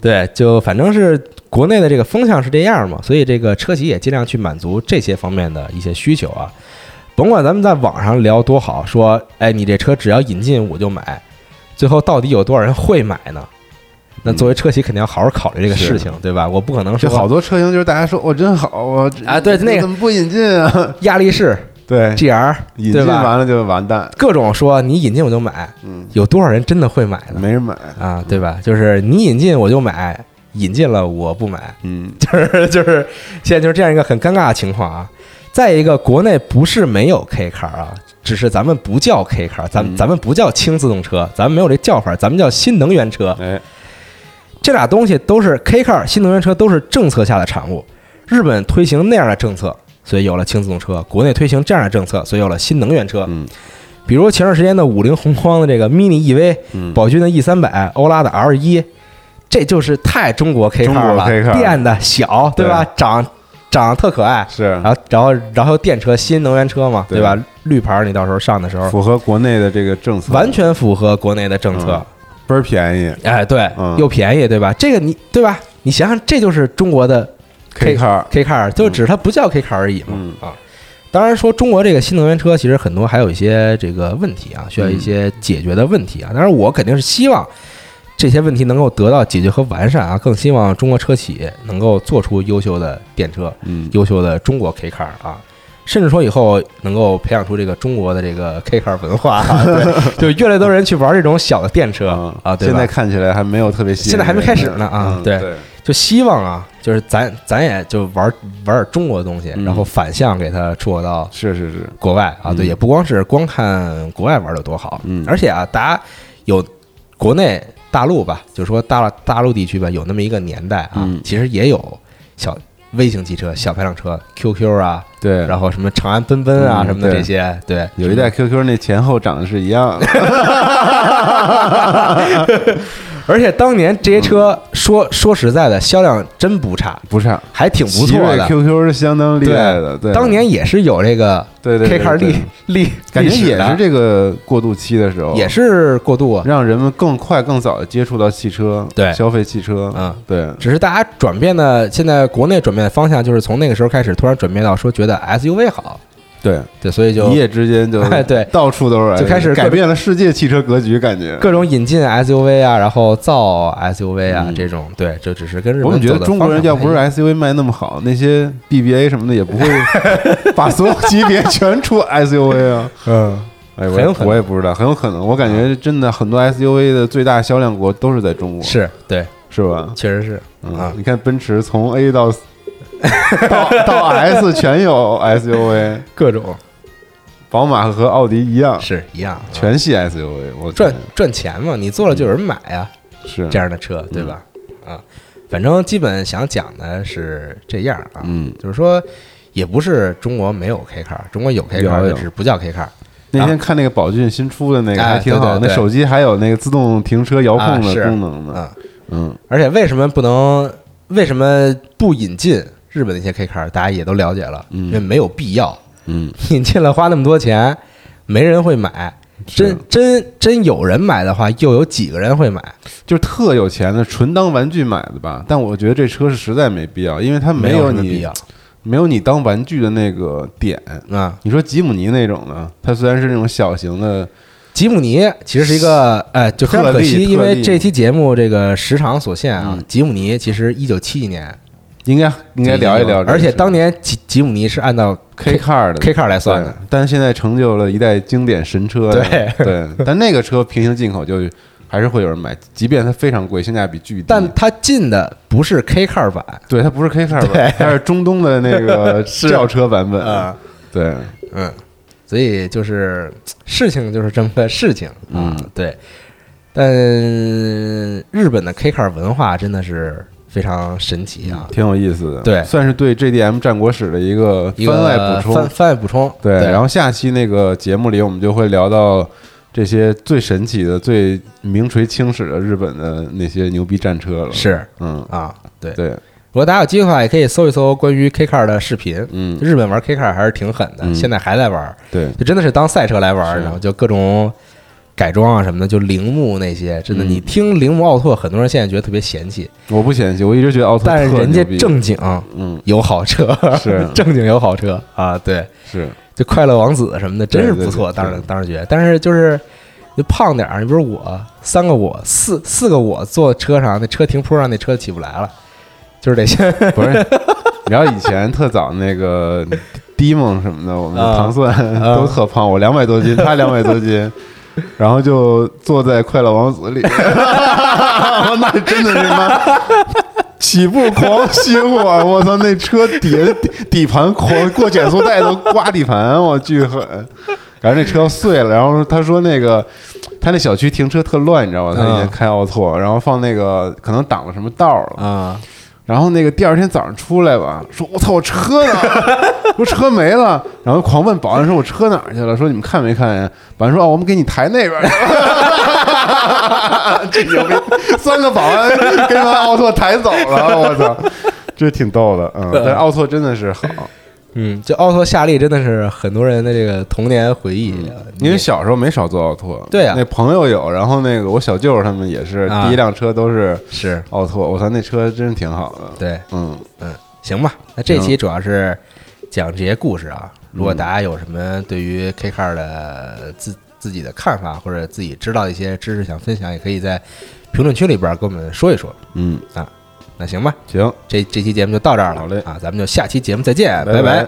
[SPEAKER 2] 对，就反正是国内的这个风向是这样嘛，所以这个车企也尽量去满足这些方面的一些需求啊。甭管咱们在网上聊多好，说哎，你这车只要引进我就买，最后到底有多少人会买呢？那作为车企肯定要好好考虑这个
[SPEAKER 1] 嗯是
[SPEAKER 2] 事情，对吧？我不可能
[SPEAKER 1] 就
[SPEAKER 2] 说
[SPEAKER 1] 好多车型就是大家说我真好，我
[SPEAKER 2] 啊对那个
[SPEAKER 1] 怎么不引进啊？
[SPEAKER 2] 压力士、
[SPEAKER 1] 对，
[SPEAKER 2] GR
[SPEAKER 1] 引
[SPEAKER 2] 对
[SPEAKER 1] 进
[SPEAKER 2] 吧
[SPEAKER 1] 完了就完蛋，
[SPEAKER 2] 各种说你引进我就买，
[SPEAKER 1] 嗯，
[SPEAKER 2] 有多少人真的会买呢？
[SPEAKER 1] 没人买，
[SPEAKER 2] 啊，对吧？就是你引进我就买，引进了我不买，
[SPEAKER 1] 嗯，
[SPEAKER 2] 就是就是现在就是这样一个很尴尬的情况啊。再一个，国内不是没有 K car 啊，只是咱们不叫 K car，咱
[SPEAKER 1] 嗯
[SPEAKER 2] 咱们不叫轻自动车，咱们没有这叫法，咱们叫新能源车。
[SPEAKER 1] 哎，
[SPEAKER 2] 这俩东西都是 K car、新能源车都是政策下的产物。日本推行那样的政策，所以有了轻自动车；国内推行这样的政策，所以有了新能源车。
[SPEAKER 1] 嗯
[SPEAKER 2] 比如前段时间的五菱宏光的这个 mini E EV，
[SPEAKER 1] 嗯，
[SPEAKER 2] 宝骏的 E 三百，欧拉的 R 一，这就是太中国 K
[SPEAKER 1] 中
[SPEAKER 2] car
[SPEAKER 1] 国
[SPEAKER 2] 了
[SPEAKER 1] K car，
[SPEAKER 2] 变的小，对吧？长长得特可爱，
[SPEAKER 1] 是
[SPEAKER 2] 然后然后然后电车新能源车嘛，
[SPEAKER 1] 对
[SPEAKER 2] 对吧？绿牌儿你到时候上的时候，
[SPEAKER 1] 符合国内的这个政策，
[SPEAKER 2] 完全符合国内的政策，
[SPEAKER 1] 倍儿便宜
[SPEAKER 2] 哎，对，
[SPEAKER 1] 嗯
[SPEAKER 2] 又便宜，对吧？这个你对吧？你想想，这就是中国的
[SPEAKER 1] ，K
[SPEAKER 2] K
[SPEAKER 1] 嗯 car，
[SPEAKER 2] K car，就只是它不叫 K car 而已嘛，
[SPEAKER 1] 嗯
[SPEAKER 2] 啊。当然说，中国这个新能源车其实很多还有一些这个问题啊，需要一些解决的问题
[SPEAKER 1] 嗯
[SPEAKER 2] 啊。当然，我肯定是希望这些问题能够得到解决和完善啊，更希望中国车企能够做出优秀的电车、
[SPEAKER 1] 嗯，
[SPEAKER 2] 优秀的中国 K car 啊，甚至说以后能够培养出这个中国的 这个 K car 文化、啊，对，就越来越多人去玩这种小的电车
[SPEAKER 1] 嗯
[SPEAKER 2] 啊，对
[SPEAKER 1] 现
[SPEAKER 2] 吧
[SPEAKER 1] 在？看起来还没有特别吸引人，
[SPEAKER 2] 现在还没开始呢啊
[SPEAKER 1] 嗯
[SPEAKER 2] 对
[SPEAKER 1] 对，
[SPEAKER 2] 就希望啊，就是咱咱也就玩玩点中国的东西，
[SPEAKER 1] 嗯
[SPEAKER 2] 然后反向给它出口到
[SPEAKER 1] 是是是，
[SPEAKER 2] 国外啊。
[SPEAKER 1] 嗯
[SPEAKER 2] 对，也不光是光看国外玩的多好，
[SPEAKER 1] 嗯
[SPEAKER 2] 而且啊，大家有国内大陆吧，就是说大大陆地区吧，有那么一个年代啊，
[SPEAKER 1] 嗯
[SPEAKER 2] 其实也有小微型汽车、小排量车、QQ 啊，
[SPEAKER 1] 对，
[SPEAKER 2] 然后什么长安奔奔啊、
[SPEAKER 1] 嗯
[SPEAKER 2] 什么的
[SPEAKER 1] 对
[SPEAKER 2] 这些，对，
[SPEAKER 1] 有一代 QQ 那前后长得是一样的，
[SPEAKER 2] 而且当年这些车
[SPEAKER 1] 嗯
[SPEAKER 2] 说说实在的，销量真 不差，
[SPEAKER 1] 不差，
[SPEAKER 2] 还挺不错的。
[SPEAKER 1] ，QQ 是相当厉
[SPEAKER 2] 对
[SPEAKER 1] 害的，对，
[SPEAKER 2] 当年也是有这个
[SPEAKER 1] 对对
[SPEAKER 2] K
[SPEAKER 1] 对
[SPEAKER 2] car
[SPEAKER 1] 对
[SPEAKER 2] 历历
[SPEAKER 1] 感
[SPEAKER 2] 历
[SPEAKER 1] 觉
[SPEAKER 2] 史
[SPEAKER 1] 也
[SPEAKER 2] 的
[SPEAKER 1] 是这个过渡期的时候，
[SPEAKER 2] 也是过渡啊，
[SPEAKER 1] 让人们更快、更早的接触到汽车，
[SPEAKER 2] 对
[SPEAKER 1] 消费汽车，
[SPEAKER 2] 嗯，
[SPEAKER 1] 对，
[SPEAKER 2] 只是大家转变的现在国内转变的方向就是从那个时候开始突然转变到说觉得 SUV 好，
[SPEAKER 1] 对，
[SPEAKER 2] 对，所以就
[SPEAKER 1] 一夜之间就
[SPEAKER 2] 对
[SPEAKER 1] 到处都是，
[SPEAKER 2] 就开始
[SPEAKER 1] 改
[SPEAKER 2] 各
[SPEAKER 1] 变了世界汽车格局，感觉。
[SPEAKER 2] 各种引进 SUV 啊，然后造 SUV 啊
[SPEAKER 1] 嗯
[SPEAKER 2] 这种，对，这只是跟日
[SPEAKER 1] 我
[SPEAKER 2] 本
[SPEAKER 1] 们觉
[SPEAKER 2] 走
[SPEAKER 1] 得
[SPEAKER 2] 的
[SPEAKER 1] 中国人
[SPEAKER 2] 方
[SPEAKER 1] 要
[SPEAKER 2] 向
[SPEAKER 1] 不
[SPEAKER 2] 太
[SPEAKER 1] 是
[SPEAKER 2] 一
[SPEAKER 1] SUV
[SPEAKER 2] 样
[SPEAKER 1] 卖那么好，那些 BBA 什么的也不会把所有级别全出 SUV 啊。
[SPEAKER 2] 嗯，
[SPEAKER 1] 哎，我
[SPEAKER 2] 很有可
[SPEAKER 1] 也
[SPEAKER 2] 能
[SPEAKER 1] 我也不知道，很有可啊能。我感觉真的很多 SUV 的最大销量国都是在中国，
[SPEAKER 2] 是对，
[SPEAKER 1] 是吧？
[SPEAKER 2] 确实是
[SPEAKER 1] 嗯
[SPEAKER 2] 啊，，
[SPEAKER 1] 你看奔驰从 A 到 到到 S 全有 SUV，
[SPEAKER 2] 各种
[SPEAKER 1] 宝马和奥迪一样，
[SPEAKER 2] 是一样，
[SPEAKER 1] 全系 SUV。我
[SPEAKER 2] 赚
[SPEAKER 1] 天
[SPEAKER 2] 赚钱嘛，你做了就有人买啊，
[SPEAKER 1] 是
[SPEAKER 2] 这样的车对吧？
[SPEAKER 1] 嗯
[SPEAKER 2] 啊，反正基本想讲的是这样啊，
[SPEAKER 1] 嗯，
[SPEAKER 2] 就是说也不是中国没有 K car，中国有 K
[SPEAKER 1] 有
[SPEAKER 2] car，
[SPEAKER 1] 有
[SPEAKER 2] 只是不叫 K car。
[SPEAKER 1] 那天看那个宝骏新出的那个
[SPEAKER 2] 哎
[SPEAKER 1] 还挺好，
[SPEAKER 2] 对对对
[SPEAKER 1] 那手机还有那个自动停车遥控
[SPEAKER 2] 啊
[SPEAKER 1] 的
[SPEAKER 2] 是
[SPEAKER 1] 功能呢。
[SPEAKER 2] 嗯，
[SPEAKER 1] 嗯，
[SPEAKER 2] 而且为什么不能？为什么不引进日本那些 K car？大家也都了解了，
[SPEAKER 1] 嗯
[SPEAKER 2] 因为没有必要。
[SPEAKER 1] 嗯，
[SPEAKER 2] 引进了花那么多钱，没人会买。
[SPEAKER 1] 是
[SPEAKER 2] 真真真有人买的话，又有几个人会买？
[SPEAKER 1] 就是特有钱的，纯当玩具买的吧。但我觉得这车是实在没必要，因为它
[SPEAKER 2] 没
[SPEAKER 1] 有
[SPEAKER 2] 什么
[SPEAKER 1] 你
[SPEAKER 2] 必要
[SPEAKER 1] 没有你当玩具的那个点。
[SPEAKER 2] 啊。
[SPEAKER 1] 你说吉姆尼那种呢？它虽然是那种小型的，
[SPEAKER 2] 吉姆尼其实是一个，呃，就非常可
[SPEAKER 1] 特
[SPEAKER 2] 惜，
[SPEAKER 1] 例
[SPEAKER 2] 因为这期节目这个时长所限啊
[SPEAKER 1] 嗯。
[SPEAKER 2] 吉姆尼其实一九七一年
[SPEAKER 1] 应该应该聊一聊这个事。
[SPEAKER 2] 啊而且当年吉吉姆尼是按照
[SPEAKER 1] K car 的
[SPEAKER 2] K car 来算的，
[SPEAKER 1] 对但是现在成就了一代经典神车。
[SPEAKER 2] 对
[SPEAKER 1] 对，但那个车平行进口就还是会有人买，即便它非常贵，性价比巨低。
[SPEAKER 2] 但它进的不是 K car 版
[SPEAKER 1] 对它不是 K car 版
[SPEAKER 2] 对，
[SPEAKER 1] 它是中东的那 个轿车版本。
[SPEAKER 2] 啊，
[SPEAKER 1] 对，
[SPEAKER 2] 嗯，所以就是事情就是这么个事情
[SPEAKER 1] 嗯
[SPEAKER 2] 啊，对。但日本的 K car 文化真的是非常神奇啊，
[SPEAKER 1] 嗯挺有意思的。
[SPEAKER 2] 对
[SPEAKER 1] 算是对 JDM 战国史的一个
[SPEAKER 2] 一
[SPEAKER 1] 番
[SPEAKER 2] 个
[SPEAKER 1] 外补
[SPEAKER 2] 番
[SPEAKER 1] 充。
[SPEAKER 2] 番外补充，
[SPEAKER 1] 对，
[SPEAKER 2] 对，
[SPEAKER 1] 然后下期那个节目里，我们就会聊到这些最神奇的、最名垂青史的日本的那些牛逼战车了。，
[SPEAKER 2] 是
[SPEAKER 1] 嗯，
[SPEAKER 2] 啊，对。
[SPEAKER 1] 对，
[SPEAKER 2] 如果大家有机会的话，也可以搜一搜关于 K car 的视频。
[SPEAKER 1] 嗯，
[SPEAKER 2] 日本玩 K car 还是挺狠的，
[SPEAKER 1] 嗯
[SPEAKER 2] 现在还在玩。
[SPEAKER 1] 对，
[SPEAKER 2] 就真的是当赛车来玩儿，
[SPEAKER 1] 是
[SPEAKER 2] 然后就各种改装啊什么的，就铃木那些，真的，
[SPEAKER 1] 嗯
[SPEAKER 2] 你听铃木奥拓，很多人现在觉得特别嫌弃，
[SPEAKER 1] 我不嫌弃，我一直觉得奥拓
[SPEAKER 2] 但是
[SPEAKER 1] 特
[SPEAKER 2] 人家
[SPEAKER 1] 牛逼
[SPEAKER 2] 正经
[SPEAKER 1] 嗯
[SPEAKER 2] 有好车，
[SPEAKER 1] 是
[SPEAKER 2] 正经有好车啊，对，
[SPEAKER 1] 是
[SPEAKER 2] 就快乐王子什么的，真是
[SPEAKER 1] 对对
[SPEAKER 2] 不错，
[SPEAKER 1] 对
[SPEAKER 2] 当
[SPEAKER 1] 对
[SPEAKER 2] 然当然觉得，但是就是。就胖点儿，你比如我三个我四四个我坐车上，那车停坡上，那车起不来了，就是得先
[SPEAKER 1] 不是？然后以前特早那个迪梦什么的，我们的
[SPEAKER 2] 啊
[SPEAKER 1] 糖蒜
[SPEAKER 2] 啊
[SPEAKER 1] 都特胖，我两百多斤，他两百多斤，然后就坐在快乐王子里，我 那真的是妈。起步狂吸我，我操！那车底下底底盘狂过减速带都刮底盘，我巨狠。感觉那车要碎了，然后他说那个他那小区停车特乱，你知道吧？他以前
[SPEAKER 2] 嗯
[SPEAKER 1] 开奥拓，然后放那个可能挡了什么道儿了，
[SPEAKER 2] 啊
[SPEAKER 1] 然后那个第二天早上出来吧，说我操我车呢？ 我车没了，然后狂问保安说我车哪儿去了？说你们看没看呀？保安说哦，我们给你抬那边儿去了。 这牛逼！三个保安给把奥拓抬走了，我操，这挺逗的。嗯，但是奥拓真的是好，
[SPEAKER 2] 嗯，就奥拓夏利真的是很多人的这个童年回忆，
[SPEAKER 1] 因为小时候没少坐奥拓。
[SPEAKER 2] 对啊
[SPEAKER 1] 那朋友有，然后那个我小舅他们也是，
[SPEAKER 2] 啊
[SPEAKER 1] 第一辆车都是
[SPEAKER 2] 是
[SPEAKER 1] 奥拓。我操，那车真是挺好的。
[SPEAKER 2] 对，
[SPEAKER 1] 嗯，
[SPEAKER 2] 嗯，行吧，那这期主要是讲这些故事啊。
[SPEAKER 1] 嗯
[SPEAKER 2] 如果大家有什么对于 K car 的自自己的看法，或者自己知道的一些知识想分享，也可以在评论区里边跟我们说一说
[SPEAKER 1] 嗯，
[SPEAKER 2] 啊。那行吧，
[SPEAKER 1] 行，
[SPEAKER 2] 这这期节目就到这儿了，
[SPEAKER 1] 好嘞
[SPEAKER 2] 啊，咱们就下期节目再见，
[SPEAKER 1] 拜
[SPEAKER 2] 拜